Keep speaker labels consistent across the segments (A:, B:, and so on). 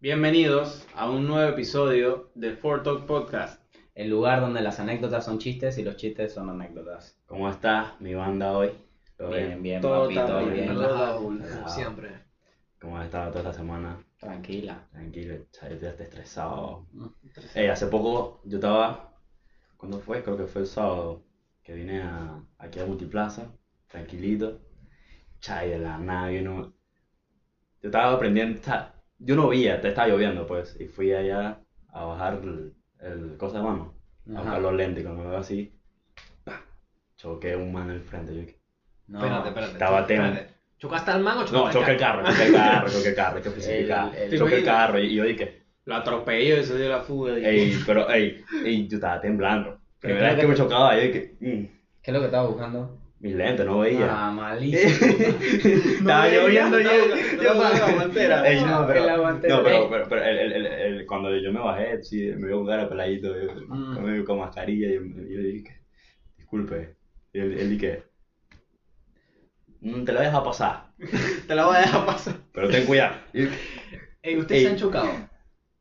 A: Bienvenidos a un nuevo episodio del Four Talk Podcast.
B: El lugar donde las anécdotas son chistes y los chistes son anécdotas.
C: ¿Cómo está mi banda hoy? ¿Todo
B: Bien,
C: bien?
B: bien,
A: Todo
B: papito,
A: está bien.
B: bien.
D: Relajado,
C: relajado.
D: siempre.
C: ¿Cómo has estado toda esta semana?
B: Tranquila.
C: Tranquilo, chale, te has estresado. Eh, hace poco yo estaba. ¿Cuándo fue? Creo que fue el sábado. Que vine a, aquí a Multiplaza, tranquilito. Chay, de la nada vino. Yo estaba aprendiendo. cha- yo no veía, te estaba lloviendo, pues. Y fui allá a bajar el, el cosa de mano. A
B: Ajá.
C: buscar los lentes. y Cuando me veo así, ¡pah! choqué un man en el frente. Yo, dije,
B: No,
D: espérate, espérate.
C: estaba
D: Espérate.
C: atento.
D: ¿Chocaste al man o
C: No, choqué el carro, choqué el carro, choqué el carro, hay que especificar.
B: El-
A: el-
C: Choqué el carro y y yo dije,
A: Lo atropelló y se dio la fuga. dije.
C: ey, pero ey, ey, yo estaba temblando.
B: Pero
C: Primera vez que me
B: creo
C: chocaba, yo dije, mm,
B: ¿Qué es lo que estaba buscando?
C: mis lentes, no veía.
B: Ah, malísimo.
C: Estaba lloviendo y yo, yo
A: la guantera.
C: Ey, no, pero,
B: El aguante de-
C: no,
D: ¿eh?
C: pero, pero, pero el, el, el, el- cuando yo me bajé, sí, me vio un cara peladito, yo,
D: Mm.
C: me vio con mascarilla, y yo, yo dije, disculpe. Y él, él dije, "Mm, te lo deja pasar,
A: Te la voy a dejar pasar.
C: pero ten cuidado. Y yo,
D: Ey, ustedes se
C: Ey.
D: han chocado.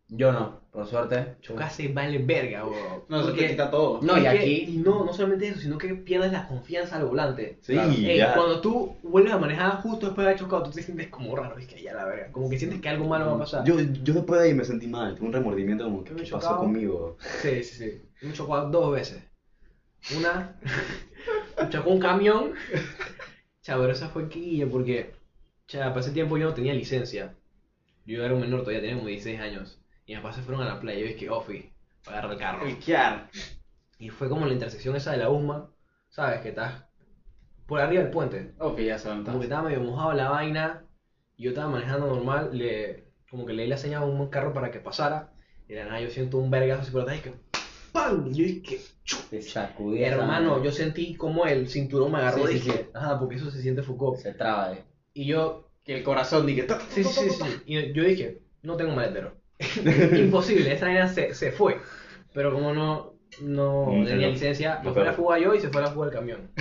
B: Yo no, por suerte.
D: Chocaste y vale verga, bro.
A: No, eso te quita todo.
B: No, y
D: que-
B: aquí-
D: Y no, no solamente eso, sino que pierdes la confianza al volante.
C: Sí,
B: Claro.
D: Ey,
C: ya.
D: Eh, cuando tú vuelves a manejar justo después de haber chocado, tú te sientes como raro, es que ya la verga. Como que sientes que algo malo va a pasar.
C: Yo, yo después de ahí me sentí mal, tuve un remordimiento como, ¿qué,
D: me
C: pasó
D: chocaba?
C: conmigo?
D: Sí, sí, sí. Me he chocado dos veces. Una, me chocó un camión. Chá, pero esa fue quilla porque, chá, para ese tiempo yo no tenía licencia. Yo era un menor, todavía tenía como 16 años. Y mis papás se fueron a la playa. Yo dije, "Oh, ofi, para agarrar el carro.
A: Esquiar.
D: Y fue como la intersección esa de la USMA, ¿sabes? Que estás por arriba del puente.
A: Ok, ya se
D: Como que estaba medio mojado la vaina. Yo estaba manejando normal. Le, como que leí la señal a un carro para que pasara. Y de la nada yo siento un vergazo así por atrás y que ¡Pam! Y yo dije, ¡chu!
B: Te sacudí. esa
D: Hermano,
B: madre.
D: yo sentí como el cinturón me agarró
B: Sí,
D: y
B: sí,
D: dije,
B: sí.
D: ajá, porque eso se siente Foucault.
B: Se traba de.
D: Y yo,
A: Que el corazón dije. ta, ta,
D: sí,
A: ta, ta,
D: sí,
A: ta,
D: sí. Y yo dije, no tengo maletero. Imposible, esa vaina se, se fue. Pero como no, no
C: Mm,
D: tenía
C: no.
D: licencia,
C: No
D: me fue a la
C: fue.
D: fuga yo y se fue a la fuga el camión.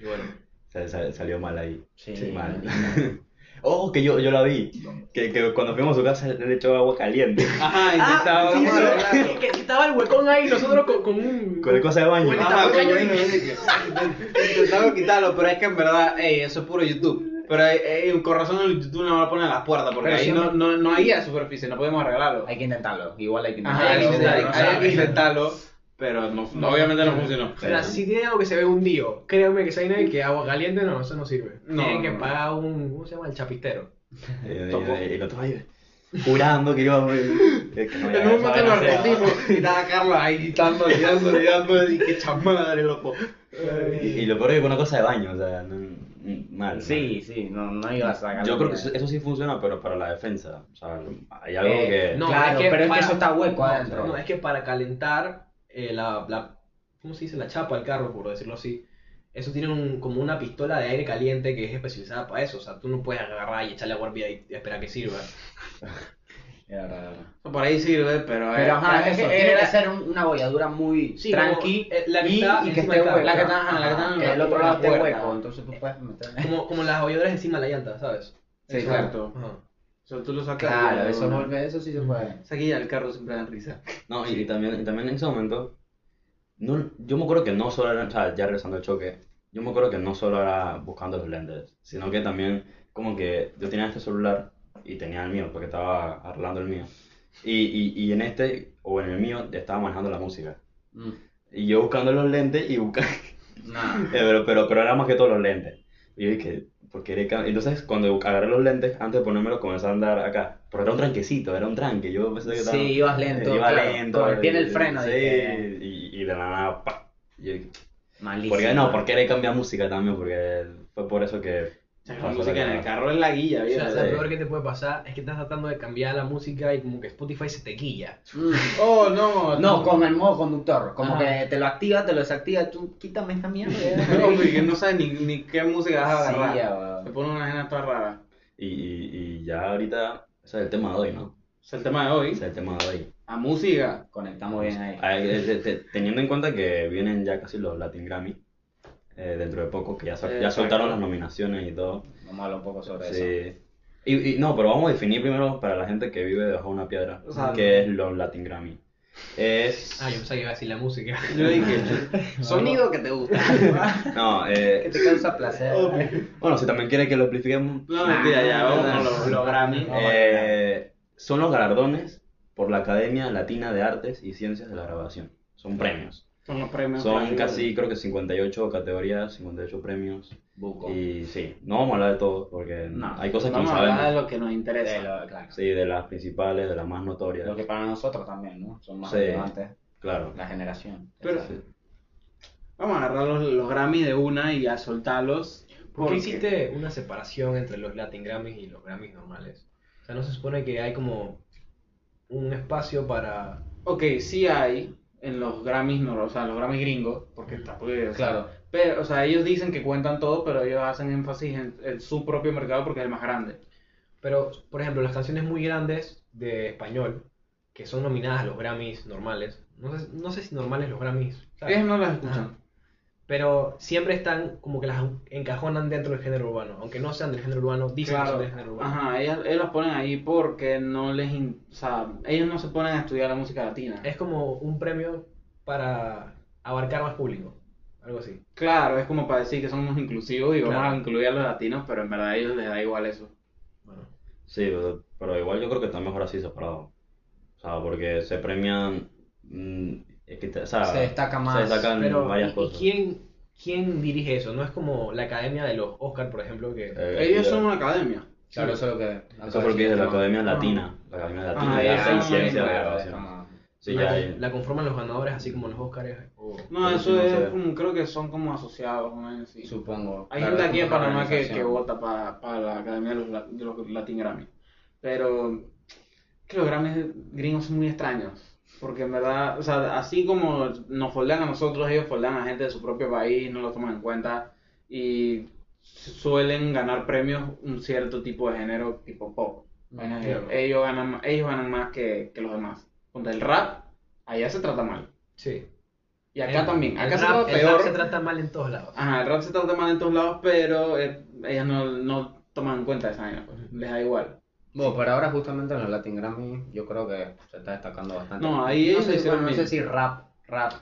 D: Y bueno,
C: Sal- sal- salió mal ahí.
B: Sí,
C: mal. Ojo, que yo, yo la vi. Que, que cuando fuimos a su casa le echó agua caliente.
A: ta. Ajá,
D: Ah,
A: intentaba.
D: sí,
A: Ajá,
D: sí, sí, que estaba el huecón ahí, nosotros con, con un.
C: Con el cosa de baño.
D: Bueno,
A: Ajá,
D: Estaba
A: bueno,
D: cañón.
A: dije, Intentaba quitarlo, pero es que en verdad, ey, eso es puro YouTube. Pero ey, el corazón en YouTube no lo ponen a las puertas porque
B: Pero
A: ahí
B: siempre-
A: no, no, no había superficie, no podemos arreglarlo.
B: Hay que intentarlo. Igual hay que
A: Ajá, hay que
B: intentarlo.
A: intentar-
B: no
A: hay que
B: sabes.
A: intentarlo, pero no, no, obviamente no funcionó.
D: O sea, si tiene algo que se ve hundido, créanme que esa vaina de que agua caliente no, eso no sirve.
A: No,
D: Tienen que
A: no, no.
D: pagar un. ¿Cómo se llama? El chapistero.
C: Y- y- y- Y el otro ahí, jurando que iba a que no
A: En
C: iba a-
A: un momento lo
C: no sea-
A: arrepentimos y estaba Carlos ahí gritando, gritando, gritando y que chamadre, loco.
C: Y, y lo peor es que fue una cosa de baño, o sea, no- mm, mal.
B: Sí, sí, no, no iba a sacar.
C: mal. Yo creo que eso, eso sí funciona, pero para la defensa. O sea, hay algo
B: Eh,
C: que.
B: no. Claro, pero es que eso está hueco
D: no,
B: adentro.
D: No, es que para calentar eh, la, la. ¿Cómo se dice? La chapa del carro, por decirlo así. Eso tiene un- como una pistola de aire caliente que es especializada para eso. O sea, tú no puedes agarrar y echarle agua hervida y y esperar que sirva.
B: Era raro.
A: Por ahí sirve, pero... eh,
B: Pero
A: para
B: ajá, eso,
A: eso
B: tiene
A: era-
B: que ser un- una bolladura muy
D: Sí,
B: tranqui
D: como, eh, la que
B: y,
D: está
B: y que
D: encima
B: esté
D: del carro.
B: hueco.
A: La que está- ajá, la que está en
B: que
A: la-
B: el otro
A: en
B: lado
A: la
B: esté
A: puerta.
B: hueco, entonces tú puedes meterle.
D: Como, como las abolladoras encima de la llanta, ¿sabes?
B: Sí,
A: Eso,
B: claro.
D: Ajá.
A: Eso tú lo sacas.
B: Claro, eso
A: no
B: golpes, eso sí se puede.
A: Saquilla del carro siempre dan risa.
C: No, y, y también, y también en ese momento, no, yo me acuerdo que no solo era, o sea, ya regresando al choque, yo me acuerdo que no solo era buscando los lentes, sino que también como que yo tenía este celular y tenía el mío, porque estaba arreglando el mío. Y, y, y en este, o en el mío, estaba manejando la música.
B: Mm,
C: Y yo buscando los lentes y buscando...
B: Nada.
C: pero, pero, pero era más que todos los lentes. Y yo dije, ¿por qué? era que-?" Entonces, cuando agarré los lentes, antes de ponérmelos, comencé a andar acá. Porque era un tranquecito, era un tranque. Yo pensé que estaba...
B: Sí, ibas lento.
C: Iba
B: claro,
C: lento.
B: Con el pie en el
C: y-
B: freno.
C: Sí,
B: dije,
C: y, y de la nada, pa. Yo dije,
B: Malísimo.
C: porque no, porque le cambiar música también, porque fue por eso que.
A: O sea, la música en el carro es la guilla,
D: O sea,
A: viejo.
D: lo
C: sí.
D: peor que te puede pasar es que estás tratando de cambiar la música y como que Spotify se te guilla.
B: Mm.
A: Oh, no.
B: No, con el modo conductor. Como
D: Ajá.
B: que te lo activa, te lo desactiva. Tú quítame esta mierda.
A: No, porque no sabes ni, ni qué música vas a
C: ah,
B: Sí,
A: agarrar.
B: ya, weón.
A: Se pone una ajena toda rara.
C: Y, y, y ya ahorita, ese es el tema de hoy, ¿no?
A: O sea, el tema de hoy,
C: Ese es el tema de hoy.
A: a música.
B: Conectamos bien ahí.
C: Ah, eh, te- te- Teniendo en cuenta que vienen ya casi los Latin Grammy, eh, dentro de poco, que ya, sol- ya
A: Exacto.
C: soltaron las nominaciones y todo.
B: Vamos a hablar un poco sobre
C: Sí. Y, y no, pero vamos a definir primero para la gente que vive debajo de una piedra,
A: O sea,
C: que es los Latin Grammy. Es.
D: Ah, yo pensaba que iba a decir la música.
A: Yo dije, sonido que te gusta,
C: No,
B: Que
C: eh.
B: te causa placer.
C: Bueno, si también quiere que lo expliquemos.
A: No, mentira, ya, vamos con los, los Grammy.
B: Vamos
C: Eh, son los galardones por la Academia Latina de Artes y Ciencias de la Grabación. Son premios.
A: Son los premios.
C: Son casi, creo que 58 categorías, 58 premios.
B: Buco.
C: Y sí, no vamos a hablar de todo porque no, hay cosas que no
B: Vamos a hablar de
C: sabemos.
B: lo que nos interesa. claro.
C: Sí, de las principales, de las más notorias.
B: Lo que para nosotros también, ¿no? Son más
C: Sí.
B: relevantes.
C: Claro.
B: La generación.
A: Pero-
C: Sí.
A: Vamos a agarrar los, los Grammy de una y a soltarlos.
D: ¿Por
A: porque-
D: qué existe una separación entre los Latin Grammys y los Grammys normales? O sea, ¿no se supone que hay como un espacio para...
A: Ok, sí hay en los Grammys, no, o sea, los Grammys gringos, porque tampoco. o sea,
D: Claro.
A: Pero, o sea, ellos dicen que cuentan todo, pero ellos hacen énfasis en, en su propio mercado porque es el más grande.
D: Pero, por ejemplo, las canciones muy grandes de español, que son nominadas a los Grammys normales, no sé, no sé si normales los Grammys, ¿sabes?
A: Ellos no las escuchan.
D: pero siempre están como que las encajonan dentro del género urbano, aunque no sean del género urbano, dicen que son del género urbano.
A: Ajá, ellas- ellos, las ponen ahí porque no les. in- o sea, ellos no se ponen a estudiar la música latina.
D: Es como un premio para abarcar más público, algo así.
A: Claro, es como para decir que somos inclusivos y vamos
D: Claro.
A: a incluir a los latinos, pero en verdad a ellos les da igual eso.
D: Bueno,
C: Sí, pero, pero igual yo creo que está mejor así separado. O sea, porque se premian. mm, es que te- o sea,
B: Se destaca
C: se
B: más,
C: destacan
D: pero,
C: varias
D: ¿y- y
C: cosas.
D: quién, quién dirige eso? No es como la academia de los Oscar, por ejemplo, que...
C: Eh,
A: Ellos
C: sí,
A: son una academia.
B: Claro, eso es lo que.
C: Eso porque es de la Academia Latina. La Academia Latina de
A: ellos
C: Artes y
A: son-
C: Ciencias de la
B: Ah, claro, es
C: Grabación.
B: como-
C: Sí,
D: la,
C: ya hay.
D: la conforman los ganadores, así como los Oscars. o-
A: No,
C: Pero
A: eso
C: sí, no
A: es
C: sé.
A: como, creo que son como asociados, ¿no? Es así.
B: Supongo.
A: Hay
B: Claro,
A: gente
B: es
A: aquí en
B: como una
A: Panamá que, que
B: organización.
A: vota para la Academia de los, la- de los Latin Grammy. Pero que los Grammys gringos son muy extraños. Porque en verdad, o sea, así como nos foldean a nosotros, ellos foldean a gente de su propio país, no lo toman en cuenta. Y suelen ganar premios un cierto tipo de género, tipo pop.
B: Bueno,
A: Ellos,
D: claro.
A: ellos ganan, ma- ellos ganan más que, que los demás. Contra el rap, allá se trata mal.
D: Sí.
A: Y acá
D: El-
A: también.
D: el
A: Acá se
D: rap-
A: trata
D: el
A: peor. Ah,
D: rap se trata mal en todos lados.
A: Ajá, el rap se trata mal en todos lados, pero eh, ellas no, no toman en cuenta esa vaina, pues. Les da igual.
B: Bueno, pero ahora justamente en los Latin Grammy yo creo que se está destacando bastante.
A: No, ahí ellos
B: sé,
A: se hicieron
B: bueno, no sé
A: bien.
B: si rap, rap,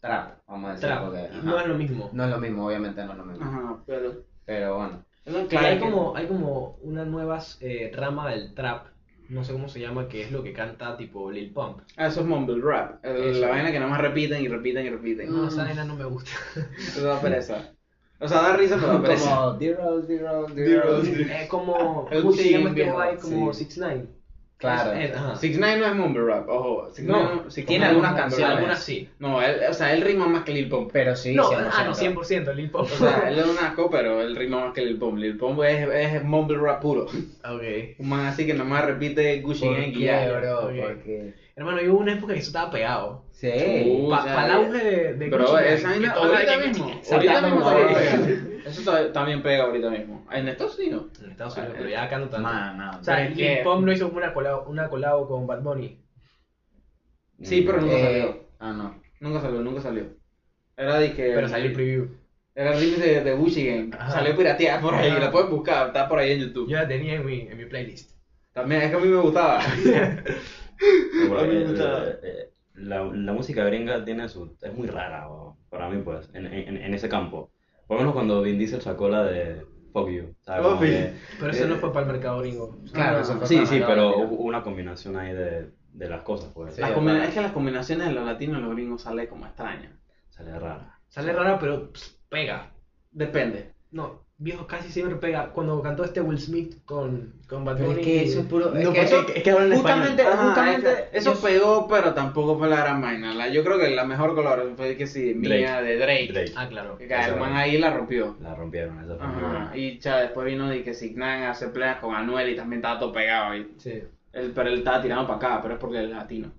B: trap, vamos a decir,
D: Trap.
B: porque ajá,
D: No es lo mismo.
B: no es lo mismo, obviamente no es lo mismo.
A: Ajá, pero.
B: Pero bueno,
A: Claro,
D: Y hay,
A: que-
D: como, hay como una nueva eh, rama del trap, no sé cómo se llama, que es lo que canta tipo Lil Pump.
A: Ah, eso es mumble rap. eh,
D: Eso.
A: La vaina que nada más repiten y repiten y repiten.
D: No, esa vaina no me gusta.
A: Eso da pereza. O sea, da risa, pero da pereza.
B: como Zero, Zero,
A: Zero,
B: Zero.
A: Zero.
D: Es como.
A: Es un
D: ¿Cómo se
A: chin,
D: llama este
A: viejo,
D: guay? Como
B: sí.
D: 6ix9ine.
B: Claro.
D: Es- es- ajá.
A: Six Nine no es mumble rap, ojo. Six
B: No,
A: Nine Six
B: tiene
A: Nine no es
B: algunas
A: mumble
B: canciones.
A: rap.
D: Algunas sí.
A: No, él, o sea, él rima más que Lil Pump.
B: Pero sí,
D: no,
B: 100%.
D: ah, no, 100%, Lil
A: O
D: Pump.
A: sea, él es un asco, pero él rima más que Lil Pump. Lil Pump es, es mumble rap puro.
D: ok.
A: Un man así que nada más repite Gucci
B: ¿Por
A: Gang y
B: qué,
A: ya.
B: bro?
D: Ok.
B: Porque...
D: Hermano, yo hubo una época que eso estaba pegado.
B: Sí.
A: Uy,
D: Para
A: ya,
D: el
A: ya.
D: auge de, de
A: Bro,
D: Gucci
A: esa
D: Mane,
A: vaina
D: que todo
A: ahorita
D: era-
A: mismo.
D: que-
A: Ahorita mismo
B: Exactamente.
A: también pega. Eso ta- también pega ahorita mismo. En Estados Unidos.
D: pues, En Estados Unidos, pero ya acá no tanto.
B: Man, no. Eh,
D: O sea,
A: Pero es que- Eh,
D: Lil Pump no hizo una colabo, una colabo con Bad Bunny.
A: Sí, pero nunca salió.
B: Eh, ah, no.
A: Nunca salió, nunca salió. Era de que.
D: Pero salió el preview.
A: Era el remix de, de Gucci Gang.
D: Ajá.
A: Salió pirateada por ahí.
D: Ajá.
A: La puedes buscar, está por ahí en YouTube.
D: Yo la tenía en mi, en mi playlist.
A: También es que a mí me gustaba.
C: Bueno,
A: A mí me
C: el-
A: gustaba.
C: eh, la, la música gringa tiene su, es muy rara, o- para mí, pues, en, en, en ese campo. Por lo menos cuando Vin Diesel sacó la de Fuck You, ¿sabes? Como
A: Oh,
C: que- eh,
D: Pero eso no fue para el mercado gringo.
B: Claro, eso fue
C: Sí,
B: para
C: sí,
B: la
C: pero
B: latina.
C: hubo una combinación ahí de, de las cosas, pues.
B: Sí.
A: Las
B: es
A: combina-
B: verdad.
A: es que las combinaciones de los latinos y los gringos salen como extrañas.
C: Sale rara.
D: Sale rara, pero pss, pega.
A: Depende.
D: No, viejo, casi siempre pega. Cuando cantó este Will Smith con, con Bad
B: Pero
D: Bunny.
B: es que eso es puro... pues, es que
C: porque-
B: eso...
C: es que hablan en
B: justamente-
D: Ah,
C: español.
A: Ajá,
B: justamente
A: es que eso
B: yo-
A: pegó, pero tampoco fue la gran vaina. La- yo creo que la mejor colaboración fue que sí, mía, de Drake.
C: Drake.
D: Ah, claro.
A: Que el man ahí la rompió.
C: La rompieron, esa fue muy
A: Ajá,
C: buena.
A: y cha, después vino de que Signan hace pleas con Anuel y también estaba todo pegado. Y
D: Sí.
A: él, pero él estaba tirando para acá, pero es porque él es latino.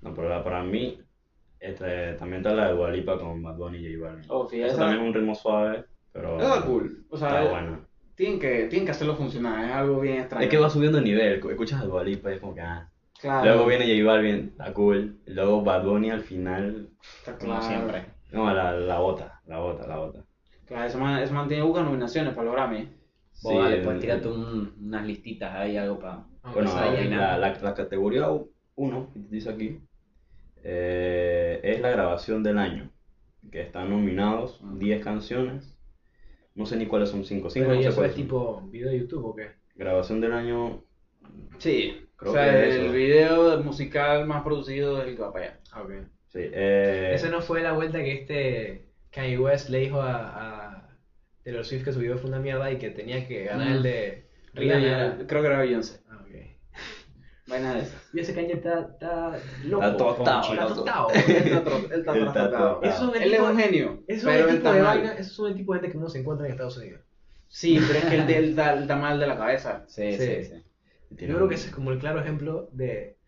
C: No, pero la- para mí, este, también está la de Dua Lipa con Bad Bunny y J Balvin.
A: Oh, sí,
C: Eso
A: esa-
C: también es un ritmo suave, pero
A: Eso es cool. O sea,
C: está
A: eh,
C: bueno.
A: tienen, que, tienen que hacerlo funcionar, es algo bien extraño.
C: Es que va subiendo el nivel, cu- escuchas a Dua Lipa y es como que, ah.
A: Claro,
C: Luego viene J Balvin, está cool. Luego Bad Bunny al final,
A: está
B: Como
A: claro.
B: siempre.
C: no, la, la bota, la bota, la bota.
A: Claro, ese man, ese man tiene busca nominaciones para los Grammy.
B: Vos, dale,
C: el- Ah,
B: pues tírate un- unas listitas ahí, algo para.
C: Bueno,
B: Esa
C: la,
B: vaina.
C: la- la categoría 1, dice aquí, eh, es la grabación del año, que están nominados 10 canciones, no sé ni cuáles son 5, 5
D: Pero
C: no
D: ¿y
C: sé
D: eso
C: cuáles
D: es
C: son.
D: tipo video de YouTube o qué?
C: Grabación del año,
A: Sí,
C: Creo
A: o sea,
C: que es
A: el
C: eso.
A: video musical más producido es el que va para allá.
D: Ah, ok.
C: sí, eh,
D: Esa no fue la vuelta que este Kanye West le dijo a, a Taylor Swift que su video fue una mierda y que tenía que ganar el de Rihanna. era?
A: Creo que era Beyoncé.
D: Ah, ok.
A: Vainas de esas.
D: Y ese Kanye está, está loco.
C: Está tostado,
D: Está
C: loco.
D: tostado.
A: Él está tro- él está
C: Él está
A: trastocado.
C: tostado.
D: Eso es
A: Él es
D: tipo-
A: un genio,
D: Eso
A: pero
D: es el
A: él
D: tipo
A: está
D: de
A: mal.
D: vaina, eso es el tipo de gente que no se encuentra en Estados Unidos.
A: Sí, pero es que él, él está, él está mal de la cabeza.
B: Sí,
D: Sí.
B: sí, sí.
C: tiene
D: Yo creo
C: un-
D: que ese es como el claro ejemplo de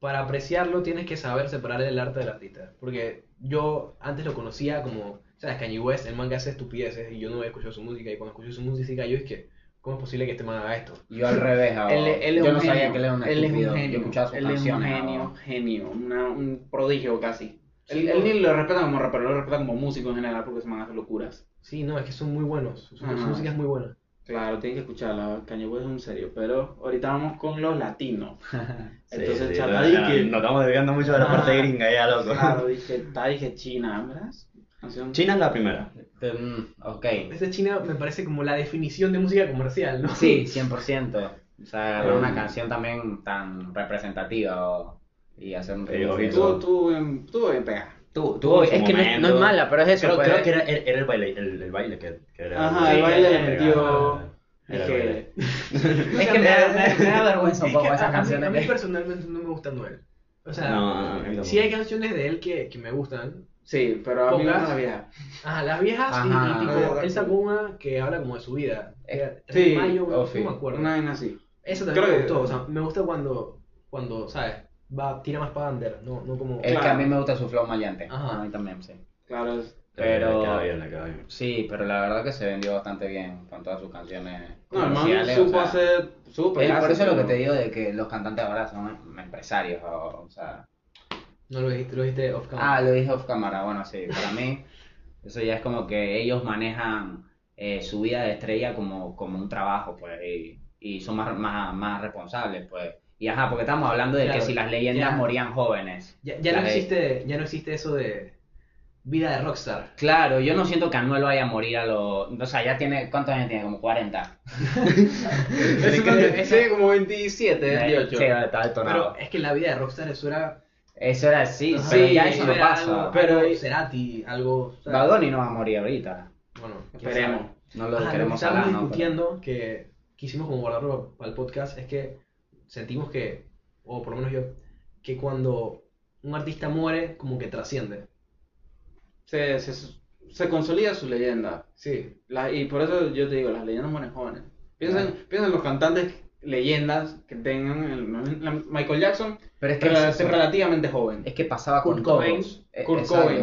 D: para apreciarlo tienes que saber separar el arte del artista. Porque yo antes lo conocía como, sabes, Kanye West, el man que hace estupideces y yo no he escuchado su música y cuando escuché su música yo es que, ¿cómo es posible que este man haga esto?
B: Y Yo al revés, ahora.
A: Él, él es
B: Yo
A: un
B: no
A: genio.
B: sabía que él era un
A: él es
B: estúpido.
A: un genio.
B: Yo escuchaba sus
A: él es un
B: canciones.
A: genio,
B: ahora.
A: genio, una- un prodigio casi.
D: Sí,
A: él,
D: no.
A: él ni lo respeta como rapero, lo respeta como músico en general porque se van a hacer locuras.
D: Sí, no, es que son muy buenos, su, su
A: Ajá.
D: música es muy buena.
A: Claro, tienen que escucharla, Kanye West es un serio, pero ahorita vamos con los latinos.
C: Sí,
A: Entonces,
C: sí,
A: chata,
C: no, no,
A: dije,
C: nos estamos desviando mucho de la
A: Ah.
C: parte gringa ya, loco.
A: claro, dije, ta, dije China, ¿verdad? Canción-
C: China es la primera,
B: Te- mm, Ok.
D: Esa china me parece como la definición de música comercial, ¿no?
B: Sí, 100%. O sea, agarrar
C: Eh,
B: una canción también tan representativa o- y hacer un
C: Eh,
B: remix.
A: Tú, tú, em, tú, em, pega.
B: Tú,
C: tuvo
B: es
C: su
B: que no es, no es
C: momento.
B: mala, pero es eso.
C: creo,
B: pues,
C: creo
B: es-
C: que era, era- era el baile, el, el baile que, que era.
A: Ajá, el
C: sí,
A: baile
C: era-
A: le
C: era-
A: metió-
C: era el
A: dije-
C: baile.
B: Es que me da, me- me da vergüenza un
D: Es que
B: poco
D: a-
B: esas
D: a mí- A mí
B: canciones. de-
D: personalmente no me gustan Noel. O sea,
C: No, a mí tampoco.
D: sí hay canciones de él que, que me gustan,
A: Sí, pero a mí me
D: Pocas.
A: gusta la vieja.
D: Ajá, Ah, las viejas y-
B: Ajá.
D: y, tipo,
A: Ajá.
D: él sacó una que habla como de su vida.
B: Eh,
D: Era
A: sí,
D: mayo, no
B: Ofi.
D: me acuerdo.
A: Una vaina así.
D: Esa también
A: Creo
D: me
A: que-
D: gustó, o sea, me gusta cuando, cuando, ¿sabes? Va, tira más para under, no, no como...
B: Es que
A: Claro.
B: a mí me gusta su flow maleante.
D: Ajá.
B: A mí también, sí.
A: Claro, es-
B: Pero-
C: Le queda bien, le queda bien.
B: Sí, pero la verdad que se vendió bastante bien con todas sus canciones.
A: No, el man
B: comerciales,
A: supo
B: o sea,
A: hacer. Supo
B: él- por
A: hace,
B: eso es lo que
A: pero-
B: te digo de que los cantantes ahora son empresarios. O, o sea,
D: No lo dijiste, lo dijiste off
B: ah,
D: camera.
B: lo dije off cámara. Bueno, sí, para mí, eso ya es como que ellos manejan eh, su vida de estrella como, como un trabajo, pues, y, y son más, más, más responsables, pues. Y ajá, porque estamos hablando de
D: Claro,
B: que si las leyendas
D: ya.
B: morían jóvenes.
D: ya, ya no
B: las-
D: existe, ya no existe eso de vida de rockstar.
B: Claro, yo no siento que Anuel vaya a morir a los... O sea, ya tiene... ¿Cuántos años tiene? Como 40.
A: Ese man tiene como 27,
B: Sí, está detonado.
D: Pero es que la vida de rockstar eso era...
B: Eso era así,
D: Ajá.
B: pero ya
A: Sí,
B: eso no
D: era
B: pasa.
D: Algo,
A: Pero-
D: algo Cerati, algo... ¿sabes?
B: Badoni no va a morir ahorita.
D: Bueno, quién sabe.
A: Esperemos.
B: No lo
D: Ajá, que
B: queremos
D: estábamos
B: hablar, ¿no?
D: discutiendo que quisimos como guardarlo para el podcast es que sentimos que, o por lo menos yo, que cuando un artista muere, como que trasciende.
A: Se, se, se consolida su leyenda.
D: Sí.
A: La- y por eso yo te digo, las leyendas mueren jóvenes. Piensa, en- piensa en los cantantes leyendas que tengan. el- la- Michael Jackson
B: Pero es que,
A: rela-
B: es, eso.
A: relativamente joven.
B: Es que pasaba
D: Ah, Kurt
B: con
D: Cobain,
B: todos. Eh,
A: Kurt
B: exacto.
A: Cobain.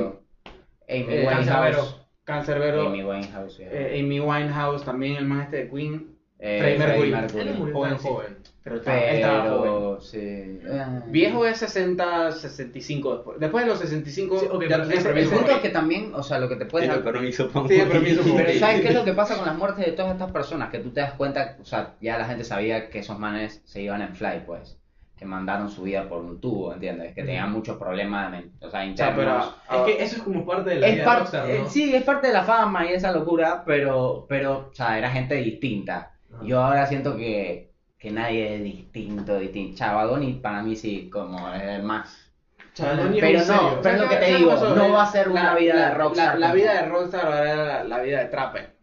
B: Amy
A: Eh,
B: Winehouse.
A: Cancerbero. Cancerbero.
B: Amy Winehouse. ya.
A: eh, Amy Winehouse, también el man este de Queen.
B: Eh,
A: Freddie Mercury.
D: Él no murió tan
A: Joven, sí.
D: joven.
A: Pero, estaba- él estaba joven.
B: Pero, sí. eh.
A: Viejo es 60, 65 después. Después de los 65
D: Sí, ok,
A: ya
D: pero
A: tienes
D: ese-
B: El
A: permiso.
B: punto es que también, o sea, lo que te puedes...
C: Tiene permiso para un
A: Tiene
C: poquito.
A: permiso para un
B: Pero
A: Sí.
B: ¿sabes qué es lo que pasa con las muertes de todas estas personas? Que tú te das cuenta, o sea, ya la gente sabía que esos manes se iban en fly, pues. Que mandaron su vida por un tubo, ¿entiendes? Que tenían muchos problemas, men- o sea,
A: O sea, pero,
B: internos.
A: ah,
D: Es que eso es como parte de la
B: Es
D: vida de
B: parte,
D: rockstar, ¿no?
B: sí, es parte de la fama y esa locura, pero, pero, o sea, era gente distinta.
D: Ajá.
B: Yo ahora siento que, que nadie es distinto, distinto. Chavadoni para mí sí, como es el más.
A: chaval,
D: Ni es
B: Pero
D: un serio.
B: no, pero es lo que te digo, no va a ser una
A: La-
B: vida
A: la-
B: de rockstar.
A: La,
B: pues.
A: la
B: como-
A: vida de rockstar ahora era la, la vida de trapper.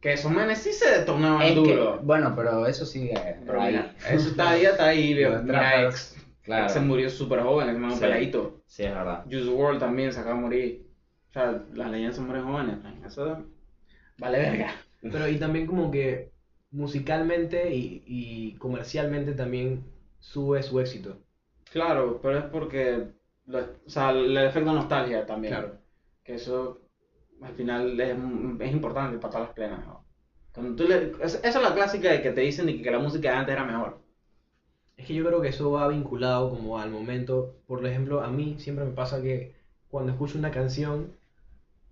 A: Que esos manes sí se detonaban
B: Es que-
A: duro.
B: bueno, pero eso sigue.
A: Pero
B: ahí.
A: mira, eso está ahí, está ahí, viejo.
B: Los
A: Mira,
B: trappers,
A: ex.
B: Claro.
A: Ex se murió súper joven, el hermano
B: Sí.
A: peladito.
B: Sí, es verdad.
A: Juice WRLD también se acaba de morir. O sea, las leyendas se mueren jóvenes. man. Eso vale verga.
D: Pero y también como que musicalmente y, y comercialmente también sube su éxito.
A: Claro, pero es porque, lo- o sea, el efecto nostalgia también.
D: Claro.
A: Que eso al final es, es importante para todas las plenas. ¿no? Cuando tú le- es- esa es la clásica de que te dicen de que la música de antes era mejor.
D: Es que yo creo que eso va vinculado como al momento. Por ejemplo, a mí siempre me pasa que cuando escucho una canción,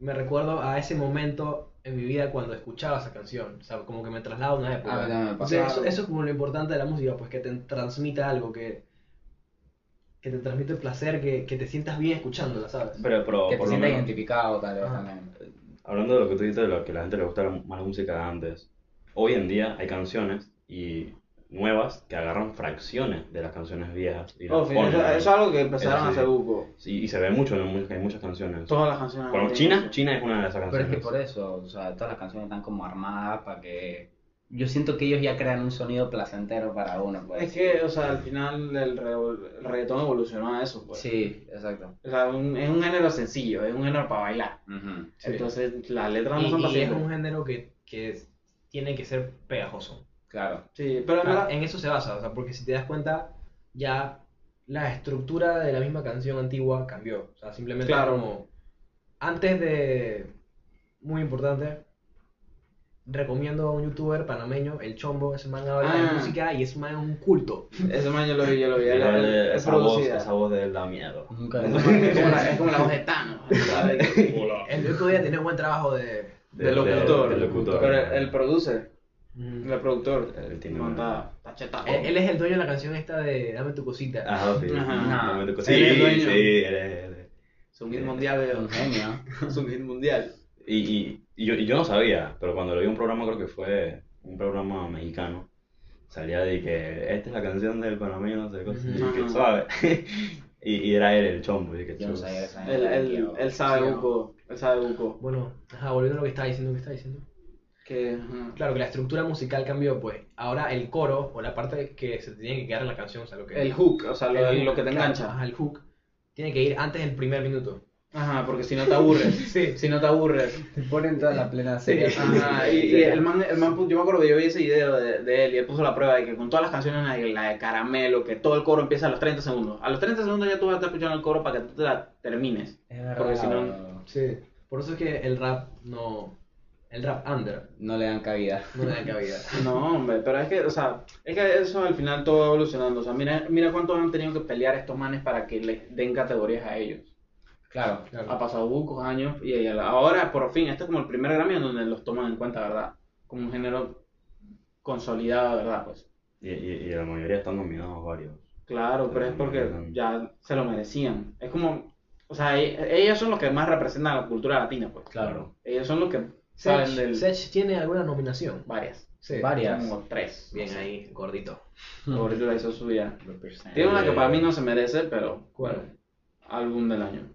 D: me recuerdo a ese momento en mi vida cuando escuchaba esa canción. O sea, como que Ah, me traslada a una época.
B: A ver, dame,
D: O
B: pasa.
D: sea, eso, eso es como lo importante de la música, pues que te transmita algo, que, que te transmite placer, que, que te sientas bien escuchándola, ¿sabes?
C: Pero, pero
B: Que te
C: por lo
B: sientas
C: menos,
B: identificado tal vez
D: Ajá.
B: también.
C: hablando de lo que tú dices, de lo que a la gente le gusta más la música de antes, hoy en día hay canciones y nuevas que agarran fracciones de las canciones viejas y las
A: Oh, fin,
C: ponen
A: eso,
C: ahí.
A: eso es algo que empezaron
C: Eso
A: a
C: sí.
A: hacer buco.
C: Sí, y se ve mucho en la música, hay muchas canciones.
A: Todas las canciones.
C: Bueno,
A: tienen
C: China,
A: eso.
C: China es una de esas
B: Pero es que
C: canciones.
B: por eso, o sea, todas las canciones están como armadas para que... Yo siento que ellos ya crean un sonido placentero para uno, pues.
A: Es que, o sea, al final el, re- el reggaetón evolucionó a eso, pues.
B: Sí, exacto.
A: O sea, un- es un género sencillo, es un género para bailar.
B: Ujú.
D: Sí.
A: Entonces, las letras no son
D: Y,
A: para
D: y es
A: siempre.
D: un género que, que es- tiene que ser pegajoso.
B: Claro.
A: Sí, pero en
D: Ah,
A: verdad-
D: en eso se basa, o sea, porque si te das cuenta, ya la estructura de la misma canción antigua cambió. O sea, simplemente
A: Claro.
D: como antes de muy importante, recomiendo a un youtuber panameño, el Chombo, ese man habla
A: Ah.
D: de música y ese man es un culto.
A: ese man yo lo vi, yo lo vi.
C: Y
A: él-
C: la-
A: él-
C: la-
A: es
C: esa, voz,
A: producida.
C: esa voz de él da miedo.
B: Nunca
A: Es como la- es como la voz de Thanos. ¿sabes?
D: El el otro día tenía un buen trabajo de
A: Del locutor.
C: del locutor.
A: Pero el, el producer,
D: Ujú.
A: el productor,
C: Él tiene
A: montada, está chetado.
D: Mm. Eh, él, él es el dueño de la canción esta de Dame tu cosita.
C: Ajá, sí.
A: Ajá.
C: No me tocó-
A: Él es
C: Sí,
A: dueño.
C: sí, él es- él es.
A: Es un hit
D: Eh,
A: mundial
B: Un
A: de
B: genio.
A: es un hit mundial.
C: Y, y- y yo, y yo no sabía, pero cuando lo vi en un programa, creo que fue un programa mexicano, salía de que esta es la canción del panameño, no sé qué cosa, y que
A: Ujú.
C: suave. y, y era él el chombo, y que
B: Yo no
C: chus.
B: sabía esa
A: Él, él, él sabe
D: Sí, ¿no?
A: buco, él sabe buco.
D: Bueno, ajá, volviendo a lo que estaba diciendo, que estaba diciendo.
A: Que, ajá.
D: Claro que la estructura musical cambió, pues ahora el coro o la parte que se tenía que quedar en la canción, o sea, lo que
A: el hook, o sea, lo,
D: el-
A: lo que te
D: Eh, claro,
A: engancha.
D: ajá, el hook tiene que ir antes del primer minuto.
A: Ajá, porque si no te aburres.
D: Sí.
A: Si no te aburres.
B: Te ponen toda la plena
D: serie.
A: Ajá, Ah, y, y el man, el man, pu- yo me acuerdo que yo vi ese video de, de él y él puso la prueba de que con todas las canciones, la de, la de Caramelo, que todo el coro empieza a los 30 segundos. A los 30 segundos ya tú vas a estar escuchando el coro para que tú te la termines. Porque si no-
D: Sí. Por eso es que el rap no. El rap under
B: no le dan cabida.
D: no le da cabida.
A: No, hombre, pero es que, o sea, es que eso al final todo va evolucionando. O sea, mira, mira cuántos han tenido que pelear estos manes para que les den categorías a ellos.
B: Claro.
A: Ha pasado bucos años y, y ahora, por fin, este es como el primer Grammy en donde los toman en cuenta, ¿verdad? Como un género consolidado, ¿verdad? Pues.
C: Y, y, y la mayoría están nominados varios.
A: Claro, pero es porque ya se lo merecían. Es como, o sea, e- ellos son los que más representan a la cultura latina, pues.
B: Claro.
A: Ellos son los que
D: Sech,
A: saben del...
D: Sech tiene alguna nominación.
A: Varias.
D: Sí.
B: Varias.
A: Como tres.
D: Bien ahí, gordito.
A: Favorito la hizo suya.
B: Represent.
A: Tiene una que
C: Eh.
A: para mí no se merece, pero...
D: ¿Cuál?
A: Álbum del año.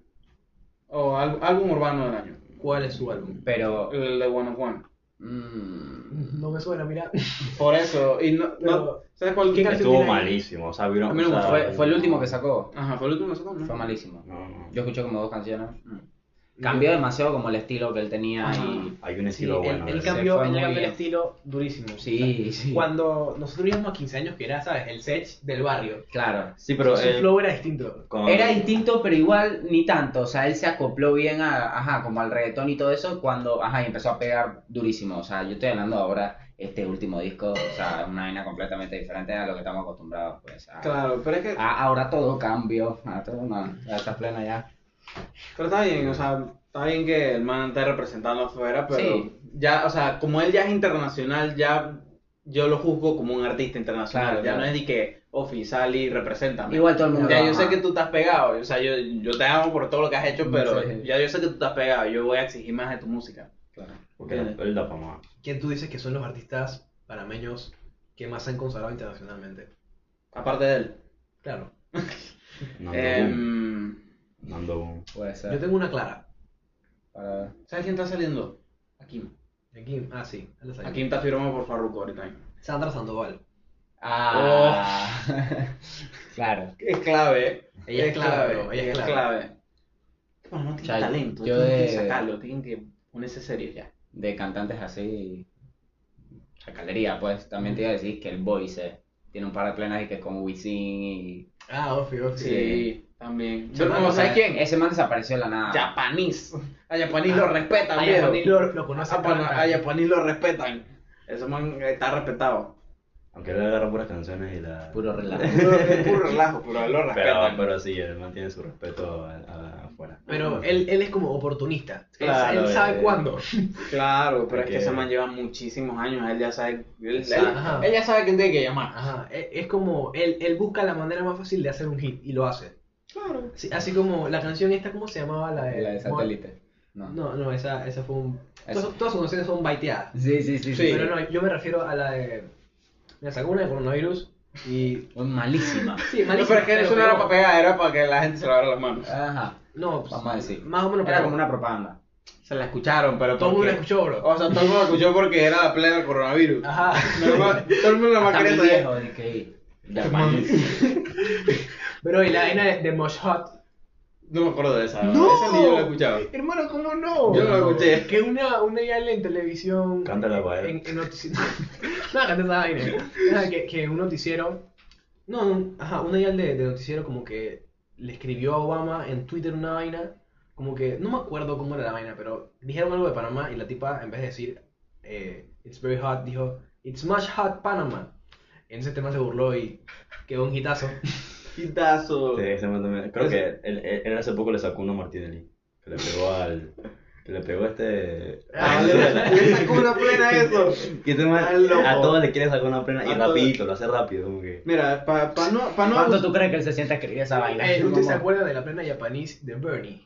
A: O al- álbum urbano del año.
D: ¿Cuál es su álbum?
B: Pero.
A: El de One of One.
B: mm,
D: No me suena, mira.
A: Por eso. Y no, no-
D: Pero-
A: ¿Sabes cuál?
D: ¿Qué canción
C: Estuvo
D: tiene ahí?
C: malísimo, o sea, vieron.
A: A mí no
C: o
A: me
C: sea,
B: fue, fue el último que sacó.
A: Ajá, fue el último que sacó, ¿no?
B: Fue malísimo.
C: No, no.
B: Yo escuché como dos canciones. Cambió demasiado como el estilo que él tenía
A: Mm. Ajá.
B: y.
C: Hay un
D: Sí,
C: estilo
D: él,
C: bueno.
D: él
C: de-
B: cambio-
D: cambió,
B: fue
D: él
B: muy-
D: cambió el estilo durísimo.
B: Sí, sí.
D: Cuando nosotros íbamos a 15 años, que era, ¿sabes? El Sech del barrio.
B: Claro.
C: Sí, pero
D: su
C: él-
D: flow era distinto.
C: con-
B: Era distinto, pero igual ni tanto. O sea, él se acopló bien a, ajá, como al reggaetón y todo eso cuando, ajá, y empezó a pegar durísimo. O sea, yo estoy hablando ahora, este último disco, o sea, es una vaina completamente diferente a lo que estamos acostumbrados, pues. a-
A: Claro, pero es que...
B: a- ahora todo cambió. Ahora todo, no, ya está plena ya.
A: Pero está bien, o sea, está bien que el man esté representando afuera, pero
B: Sí.
A: ya, o sea, como él ya es internacional, ya yo lo juzgo como un artista internacional.
B: Claro,
A: ya
B: claro.
A: no es de que, Ofi, sal y represéntame.
B: Igual todo el mundo.
A: Ya yo
B: ama.
A: sé que tú estás pegado, o sea, yo, yo te amo por todo lo que has hecho, pero
B: Sí.
A: ya yo sé que tú estás pegado, yo voy a exigir más de tu música.
B: Claro.
C: Porque él él da pa' más.
D: ¿Quién tú dices que son los artistas panameños que más se han consagrado internacionalmente?
A: Aparte de él.
D: Claro.
C: Nando Boom.
A: Em,
C: Nando Boom.
B: Puede ser.
D: Yo tengo una clara.
B: Para-
A: ¿Sabes quién está saliendo? Akim.
D: De Kim. Ah, sí. él es ahí.
A: Akim está firmado por Farruko ahorita mismo.
D: Sandra Sandoval.
B: Ah.
A: Oh.
B: claro.
A: Es clave, ¿eh?
D: Ella es clave, bro, ella es clave.
A: Bueno, no tiene
B: Chay,
A: talento,
B: yo
A: tienen que
B: de-
A: sacarlo, tienen que ponerse serios ya.
B: De cantantes así. Chacalería, pues. También te iba a decir que el Voice tiene un par de plenas y que con Wisin y.
D: Ah, obvio, obvio.
A: Sí, también.
D: Yo
A: Pero,
D: no
A: ¿sabes
D: sé.
A: quién?
B: Ese man desapareció de la nada.
A: Japanís. A Japanís
D: Ah,
A: lo respetan,
D: A
A: viejo. Ah,
D: Yapanil lo, lo conoce.
A: A, Pan-
D: Panamá.
A: a Japanís lo respetan. Ese man está respetado.
C: Aunque él agarra puras canciones y la...
B: Puro relajo.
A: Puro- Es puro relajo, pero lo
C: Pero,
A: respetan.
C: pero sí, él mantiene su respeto a- a- afuera.
D: Pero él, él es como oportunista. Él-
C: Claro,
D: él, sabe
C: eh.
D: cuándo.
A: Claro, pero es
C: Porque-
A: que ese man lleva muchísimos años, él ya sabe, él, él-
D: Ajá.
A: él ya sabe quién tiene que llamar.
D: Ajá, e- es como, él, él busca la manera más fácil de hacer un hit y lo hace.
A: Claro.
D: Sí, así como la canción esta, ¿cómo se llamaba? La de,
B: La de satélite. No.
D: No, no, esa, esa fue un...
B: Esa.
D: Todas, todas sus canciones son baiteadas.
B: Sí, sí, sí.
A: Sí.
D: Pero no, yo me refiero a la de... Me sacó una de coronavirus y...
B: Fue malísima.
D: Sí,
A: No, pero es que eso no era para pegar, era para que la gente se lavara las manos.
B: Ajá.
D: No, pues,
B: Vamos a decir.
D: más o menos
B: Era
D: pegó.
B: como una propaganda.
A: Se la escucharon, pero
D: Todo el mundo
A: porque-
D: la escuchó, bro.
A: O sea, todo el mundo la escuchó porque era la plena del coronavirus.
D: Ajá.
A: No, no, todo el mundo la más
B: Hasta
A: quería
B: mi
A: saber.
B: viejo de que... Ya malísima.
D: Bro, y la vaina de, de Mosh Hot.
A: No me acuerdo de esa.
D: ¡No!
A: Esa ni yo la he escuchado.
D: Hermano, ¿cómo no?
A: Yo no la escuché.
D: Que una, una ya en televisión...
C: Cántala para él.
D: en, en noticiero. no, cállate esa vaina. Ajá, que, que un noticiero. No, no, ajá, un dial de, de noticiero como que le escribió a Obama en Twitter una vaina. Como que, no me acuerdo cómo era la vaina, pero dijeron algo de Panamá y la tipa, en vez de decir eh, It's very hot, dijo It's much hot Panama. En ese tema se burló y quedó un hitazo.
A: Quitazo.
C: Sí, ese man también- Creo que él, él- él hace poco le sacó uno a Martinelli. Que le pegó al. Que le pegó a este.
A: Ah, le, le sacó una plena a eso.
C: Que ese man
A: Al loco.
C: a todos le quiere sacar una plena y
A: A todos.
C: rapidito, lo hace rápido, como que.
A: Mira, para pa no. pues, Pa no
B: ¿Cuánto tú crees que él se sienta a escribir esa vaina?
D: Eh, ¿Ustedes se
B: Como-
D: acuerdan de la plena japonés de Bernie?